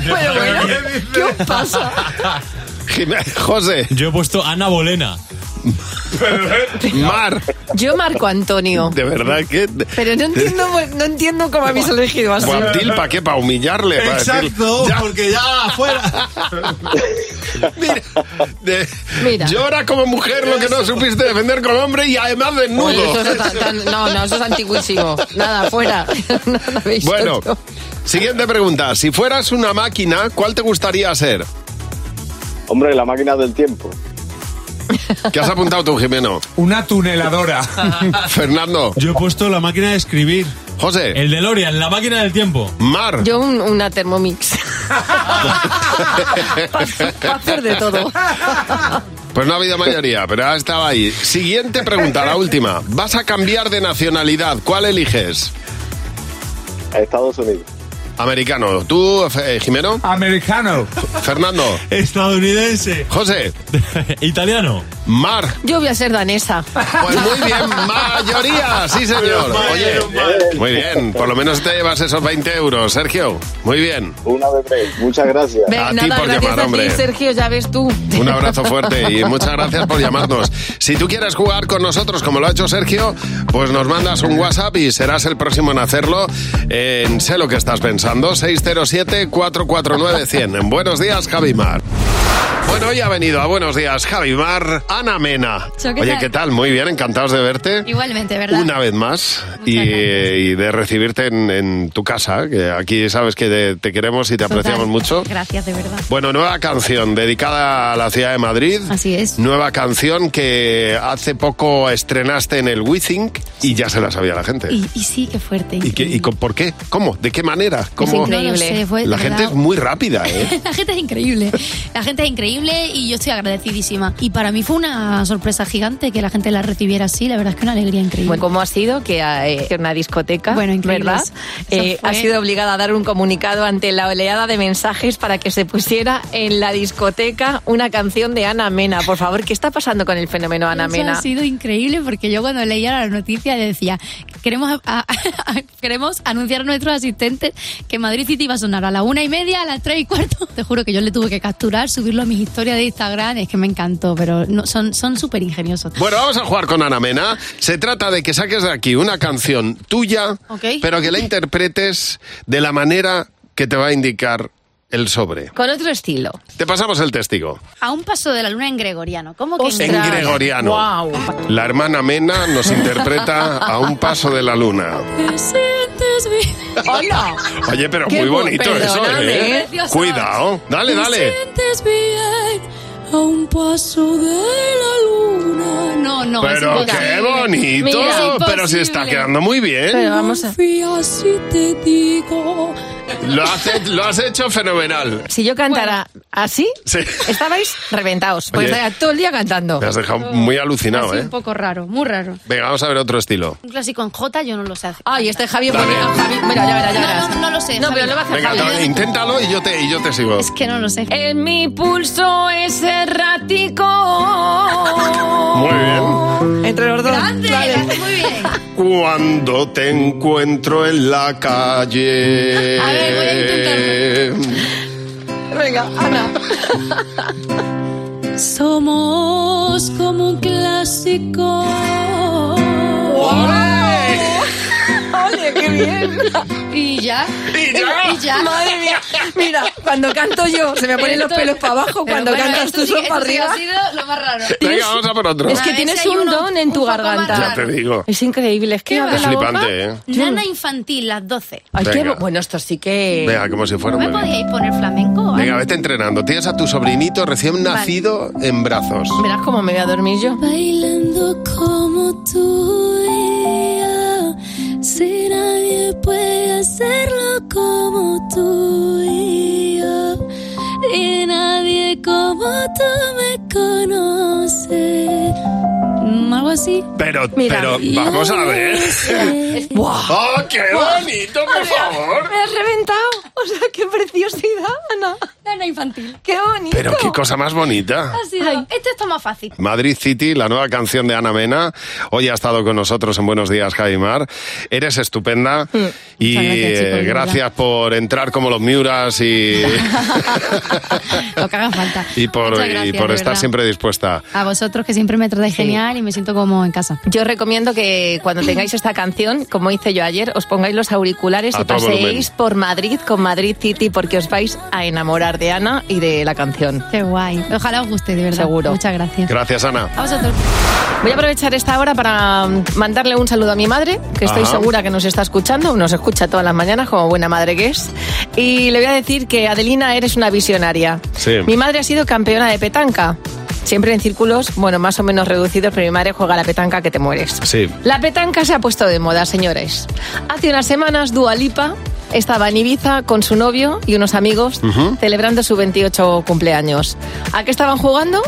Speaker 3: Pero bueno, ¿qué os pasa?
Speaker 2: *laughs* José.
Speaker 18: Yo he puesto Ana Bolena.
Speaker 2: Mar.
Speaker 3: Yo Marco Antonio.
Speaker 2: De verdad que...
Speaker 3: Pero no entiendo, no entiendo cómo habéis elegido así.
Speaker 2: Guapdil, ¿para qué? ¿Para humillarle? ¿Para decir- *laughs* Ya.
Speaker 3: porque ya
Speaker 2: *laughs*
Speaker 3: afuera.
Speaker 2: De-
Speaker 3: Mira.
Speaker 2: Llora como mujer lo que no supiste defender con hombre y además
Speaker 3: Oye,
Speaker 2: desnudo.
Speaker 3: eso es tan- tan- no, no, eso es antiguísimo. Nada, fuera. *laughs* Nada,
Speaker 2: *laughs*
Speaker 3: habéis
Speaker 2: Bueno,
Speaker 3: hecho.
Speaker 2: siguiente pregunta. Si fueras una máquina, ¿cuál te gustaría ser?
Speaker 7: Hombre, la máquina del tiempo.
Speaker 2: ¿Qué has apuntado tú, Jimeno?
Speaker 22: Una
Speaker 2: *laughs*
Speaker 22: tuneladora.
Speaker 2: Fernando.
Speaker 22: Yo he puesto la máquina de escribir.
Speaker 2: José.
Speaker 22: El DeLorean, la máquina del tiempo.
Speaker 2: Mar.
Speaker 3: Yo un-
Speaker 2: *laughs*
Speaker 3: una Thermomix. Para hacer de todo.
Speaker 2: Pues no ha habido mayoría, pero ha estado ahí. Siguiente pregunta, la última. Vas a cambiar de nacionalidad. ¿Cuál eliges?
Speaker 7: Estados Unidos.
Speaker 2: Americano. ¿Tú, F- eh, Jimeno?
Speaker 22: Americano.
Speaker 2: Fernando.
Speaker 22: Estadounidense.
Speaker 2: José.
Speaker 4: *laughs*
Speaker 22: Italiano.
Speaker 2: Mar.
Speaker 3: Yo voy a ser danesa.
Speaker 2: Pues muy bien, mayoría, sí señor. Oye, muy bien, por lo menos te llevas esos 20 euros, Sergio. Muy bien.
Speaker 7: Una de tres. Muchas gracias.
Speaker 3: Venga,
Speaker 2: A ti
Speaker 3: nada,
Speaker 2: por
Speaker 3: gracias
Speaker 2: llamar,
Speaker 3: a ti,
Speaker 2: hombre.
Speaker 3: Sergio, ya ves tú.
Speaker 2: *laughs* Un abrazo fuerte y muchas gracias por llamarnos. Si tú quieres jugar con nosotros, como lo ha hecho Sergio, pues nos mandas un WhatsApp y serás el próximo en hacerlo en Sé lo que estás pensando, 607-449-100. En Buenos días, Javimar. Bueno, hoy ha venido a Buenos días, Javimar, Ana Mena.
Speaker 8: Yo, ¿qué
Speaker 2: Oye,
Speaker 8: tal?
Speaker 2: ¿qué tal? Muy bien, encantados de verte.
Speaker 8: Igualmente, ¿verdad?
Speaker 2: Una vez más y, y de recibirte en, en tu casa, que aquí sabes que te, te queremos y te apreciamos
Speaker 8: Total.
Speaker 2: mucho.
Speaker 8: Gracias, de verdad.
Speaker 2: Bueno, nueva canción dedicada a la ciudad de Madrid.
Speaker 8: Así es.
Speaker 2: Nueva canción que hace poco estrenaste en el WeThink y ya se la sabía la gente.
Speaker 8: Y, y sí, qué fuerte.
Speaker 2: ¿Y, qué- y con- por qué? ¿Cómo? ¿De qué manera? ¿Cómo?
Speaker 8: increíble. No lo sé, fue de
Speaker 2: la gente
Speaker 8: verdad.
Speaker 2: es muy rápida, ¿eh?
Speaker 8: *laughs* La gente es increíble. La gente es increíble y yo estoy agradecidísima. Y para mí fue una sorpresa gigante que la gente la recibiera así. La verdad es que una alegría increíble.
Speaker 3: Bueno, ¿cómo ha sido que eh, en una discoteca,
Speaker 8: increíble.
Speaker 3: verdad?
Speaker 8: Eso
Speaker 3: Eh,
Speaker 8: fue-
Speaker 3: ha sido obligada a dar un comunicado ante la oleada de mensajes para que se pusiera en la discoteca una canción de Ana Mena. Por favor, ¿qué está pasando con el fenómeno Ana
Speaker 8: Eso
Speaker 3: Mena?
Speaker 8: ha sido increíble porque yo cuando leía la noticia decía queremos, a- a- queremos anunciar a nuestros asistentes que Madrid City va a sonar a la una y media, a las tres y cuarto. Te juro que yo le tuve que capturar, subirlo a mis historias de Instagram, es que me encantó, pero no, son son súper ingeniosos.
Speaker 2: Bueno, vamos a jugar con Ana Mena. Se trata de que saques de aquí una canción tuya,
Speaker 8: Ok.
Speaker 2: pero que la interpretes de la manera que te va a indicar el sobre.
Speaker 3: Con
Speaker 8: *laughs*
Speaker 3: otro estilo.
Speaker 2: Te pasamos el testigo.
Speaker 8: A un paso de la luna en gregoriano. ¿Cómo que
Speaker 2: En gregoriano.
Speaker 8: Wow.
Speaker 2: La hermana Mena nos interpreta a un paso de la luna.
Speaker 8: ¡Hola!
Speaker 2: Oye, pero
Speaker 8: Qué
Speaker 2: muy
Speaker 8: bu-
Speaker 2: bonito eso,
Speaker 8: perdóname,
Speaker 2: ¿eh?
Speaker 8: ¿eh? Precioso.
Speaker 2: Cuidado. Dale, dale.
Speaker 8: a un paso de la luna. No, no, es
Speaker 2: pero
Speaker 8: imposible.
Speaker 2: qué bonito.
Speaker 8: Mira, es
Speaker 2: pero se está
Speaker 8: imposible.
Speaker 2: quedando muy bien.
Speaker 8: Confía si te digo.
Speaker 2: Lo, hace- lo has hecho fenomenal.
Speaker 3: Si yo cantara así,
Speaker 2: Sí.
Speaker 3: estabais reventados. Pues
Speaker 2: Oye.
Speaker 3: estaría todo el día cantando.
Speaker 2: Me has dejado muy alucinado,
Speaker 8: Así
Speaker 2: ¿eh?
Speaker 8: un poco raro, muy raro.
Speaker 2: Venga, vamos a ver otro estilo.
Speaker 8: Un clásico en J yo no lo sé. Ay, este Javi
Speaker 2: Dale.
Speaker 8: bueno,
Speaker 3: Javi, mira, ya verás, ya verás.
Speaker 8: No, no, no lo sé.
Speaker 3: No,
Speaker 8: Javi.
Speaker 3: pero lo va a hacer
Speaker 2: Venga,
Speaker 3: Javi.
Speaker 2: to- inténtalo y yo te, y yo te sigo.
Speaker 8: que no lo sé.
Speaker 3: En mi pulso es errático.
Speaker 2: Muy bien.
Speaker 3: Entre los dos.
Speaker 8: Muy *laughs* bien.
Speaker 2: Cuando te encuentro en la calle.
Speaker 8: A ver, voy
Speaker 2: a
Speaker 3: Venga, Ana.
Speaker 8: Somos como un clásico.
Speaker 3: ¡Oye, qué bien!
Speaker 8: Y ya.
Speaker 3: Y ya. Madre mía. Mira, cuando canto yo, se me ponen los
Speaker 8: Esto-
Speaker 3: pelos para abajo.
Speaker 8: Pero
Speaker 3: Cuando
Speaker 8: bueno,
Speaker 3: cantas
Speaker 8: esto
Speaker 3: tú,
Speaker 8: sí-
Speaker 3: son
Speaker 8: esto
Speaker 3: para
Speaker 8: sí
Speaker 3: arriba.
Speaker 8: ha sido lo más raro.
Speaker 2: Venga, vamos a por otro.
Speaker 3: Es que
Speaker 8: A ver
Speaker 3: tienes
Speaker 8: si hay
Speaker 3: un
Speaker 8: uno
Speaker 3: don en tu
Speaker 8: un poco más
Speaker 3: garganta.
Speaker 2: Ya te digo.
Speaker 3: Es increíble, es que abre
Speaker 2: Es
Speaker 3: la boca.
Speaker 2: flipante, ¿eh?
Speaker 8: Nana infantil, las 12.
Speaker 3: Ay, qué
Speaker 2: Venga.
Speaker 3: bo- bueno, esto sí que...
Speaker 2: Venga, como si fuera
Speaker 8: ¿No me
Speaker 2: un bebé.
Speaker 8: podíais poner flamenco? o algo?
Speaker 2: Venga, vete entrenando. Tienes a tu sobrinito recién
Speaker 8: Vale.
Speaker 2: nacido en brazos.
Speaker 3: Verás cómo me voy a dormir yo.
Speaker 8: Bailando como tú y yo, si nadie puede hacerlo como tú y yo, y nadie como tú me conoce. Algo así.
Speaker 2: Pero,
Speaker 8: Mira.
Speaker 2: pero, vamos a ver.
Speaker 3: ¡Buah!
Speaker 2: *laughs* ¡Oh, qué bonito, por favor!
Speaker 3: Me has reventado. O sea, qué preciosidad, Ana.
Speaker 8: Nana infantil.
Speaker 3: Qué bonito.
Speaker 2: Pero qué cosa más bonita.
Speaker 8: *laughs* Ha sido. Este está más fácil.
Speaker 2: Madrid City, la nueva canción de Ana Mena. Hoy ha estado con nosotros en Buenos Días, Javimar. Eres estupenda.
Speaker 8: Mm.
Speaker 2: y
Speaker 3: muchas gracias, chicos,
Speaker 2: eh,
Speaker 3: de verdad.
Speaker 2: gracias por entrar como los
Speaker 8: *laughs*
Speaker 2: Miuras y, *laughs*
Speaker 8: Lo que haga falta.
Speaker 2: y por,
Speaker 8: Muchas
Speaker 2: y
Speaker 8: gracias,
Speaker 2: por
Speaker 8: de
Speaker 2: estar
Speaker 8: verdad.
Speaker 2: siempre dispuesta.
Speaker 8: A vosotros que siempre me tratáis genial y me siento como en casa.
Speaker 3: Yo recomiendo que cuando tengáis esta canción, como hice yo ayer, os pongáis los auriculares
Speaker 2: A
Speaker 3: y
Speaker 2: todo
Speaker 3: paseéis
Speaker 2: volumen.
Speaker 3: por Madrid con Madrid City porque os vais a enamorar de Ana y de la canción.
Speaker 8: Qué guay. Ojalá os guste, de verdad.
Speaker 3: Seguro.
Speaker 8: Muchas gracias.
Speaker 2: Gracias, Ana.
Speaker 8: A vosotros.
Speaker 3: Voy a aprovechar esta hora para mm, mandarle un saludo a mi madre, que estoy
Speaker 2: Ajá.
Speaker 3: segura que nos está escuchando, nos escucha todas las mañanas como buena madre que es. Y le voy a decir que Adelina eres una visionaria.
Speaker 2: Sí.
Speaker 3: Mi madre ha sido campeona de petanca. Siempre en círculos, bueno, más o menos reducidos, pero mi madre juega a la petanca que te mueres.
Speaker 2: Sí.
Speaker 3: La petanca se ha puesto de moda, señores. Hace unas semanas, Dua Lipa estaba en Ibiza con su novio y unos amigos
Speaker 2: Ujú.
Speaker 3: celebrando su 28 cumpleaños. ¿A qué estaban jugando?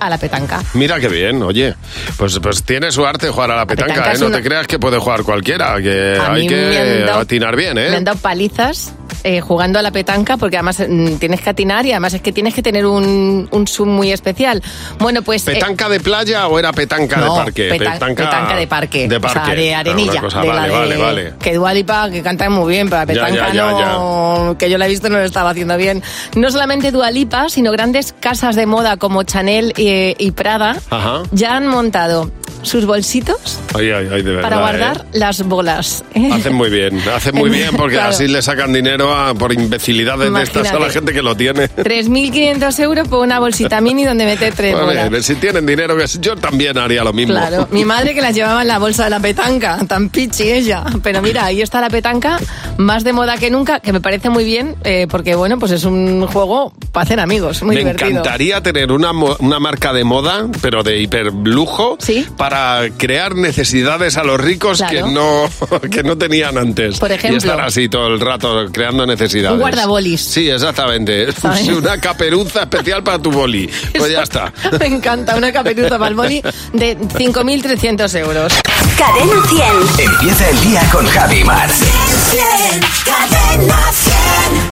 Speaker 3: A la petanca.
Speaker 2: Mira qué bien, oye. Pues, pues tiene su arte jugar a la petanca,
Speaker 3: petanca
Speaker 2: ¿eh?
Speaker 3: es
Speaker 2: No
Speaker 3: una-
Speaker 2: te creas que puede jugar cualquiera, que
Speaker 3: A
Speaker 2: Eh, hay
Speaker 3: mí me
Speaker 2: que
Speaker 3: han dado-
Speaker 2: atinar bien,
Speaker 3: Me
Speaker 2: ¿eh?
Speaker 3: han dado palizas eh, jugando a la petanca porque además mm, tienes que atinar y además es que tienes que tener un, un zoom muy especial. Bueno, pues... eh,
Speaker 2: ¿Petanca de playa o era petanca
Speaker 3: no,
Speaker 2: de parque?
Speaker 3: petan- petanca de parque.
Speaker 2: De
Speaker 3: O sea,
Speaker 2: parque.
Speaker 3: de arenilla.
Speaker 2: Una cosa,
Speaker 3: de la
Speaker 2: vale, vale,
Speaker 3: de-
Speaker 2: vale.
Speaker 3: Que Dua Lipa, que canta muy bien, pero la
Speaker 2: Ya,
Speaker 3: petanca
Speaker 2: ya, ya,
Speaker 3: no... Que yo la he visto no lo estaba haciendo bien. No solamente Dualipa, sino grandes casas de moda como Chanel eh, y Prada
Speaker 2: Ajá.
Speaker 3: ya han montado sus bolsitos
Speaker 2: Ay, ay, ay, de verdad.
Speaker 3: para
Speaker 2: ¿eh?
Speaker 3: guardar las bolas. *laughs*
Speaker 2: Hacen muy bien, hacen muy bien porque
Speaker 3: Claro.
Speaker 2: así le sacan dinero a- por imbecilidades de estas a la
Speaker 3: Imagínate.
Speaker 2: gente que lo tiene.
Speaker 3: 3.500 euros por una bolsita mini donde meter tres
Speaker 2: A
Speaker 3: bolas.
Speaker 2: ver, si tienen dinero, que yo también haría lo mismo.
Speaker 3: Claro,
Speaker 2: *laughs*
Speaker 3: mi madre que las llevaba en la bolsa de la petanca, tan pichi ella. Pero mira, ahí está la petanca, más de moda que nunca, que me parece muy bien, eh, porque bueno, pues es un juego para hacer amigos, muy
Speaker 2: Me
Speaker 3: divertido.
Speaker 2: encantaría tener una, mo- una marca de moda, pero de hiperlujo, para crear necesidades a los ricos
Speaker 3: Claro.
Speaker 2: que, no, *laughs* que no tenían antes.
Speaker 3: Por ejemplo.
Speaker 2: y estar así todo el rato creando necesidades.
Speaker 3: Un guardabolis.
Speaker 2: Sí, exactamente.
Speaker 3: ¿Sabes?
Speaker 2: *laughs* Una caperuza especial para tu
Speaker 3: *laughs*
Speaker 2: boli. Pues ya está.
Speaker 3: Me encanta, una caperuza palmoni de 5.300 euros.
Speaker 21: Cadena 100.
Speaker 9: Empieza el día con Javi Mar.
Speaker 21: Cadena 100.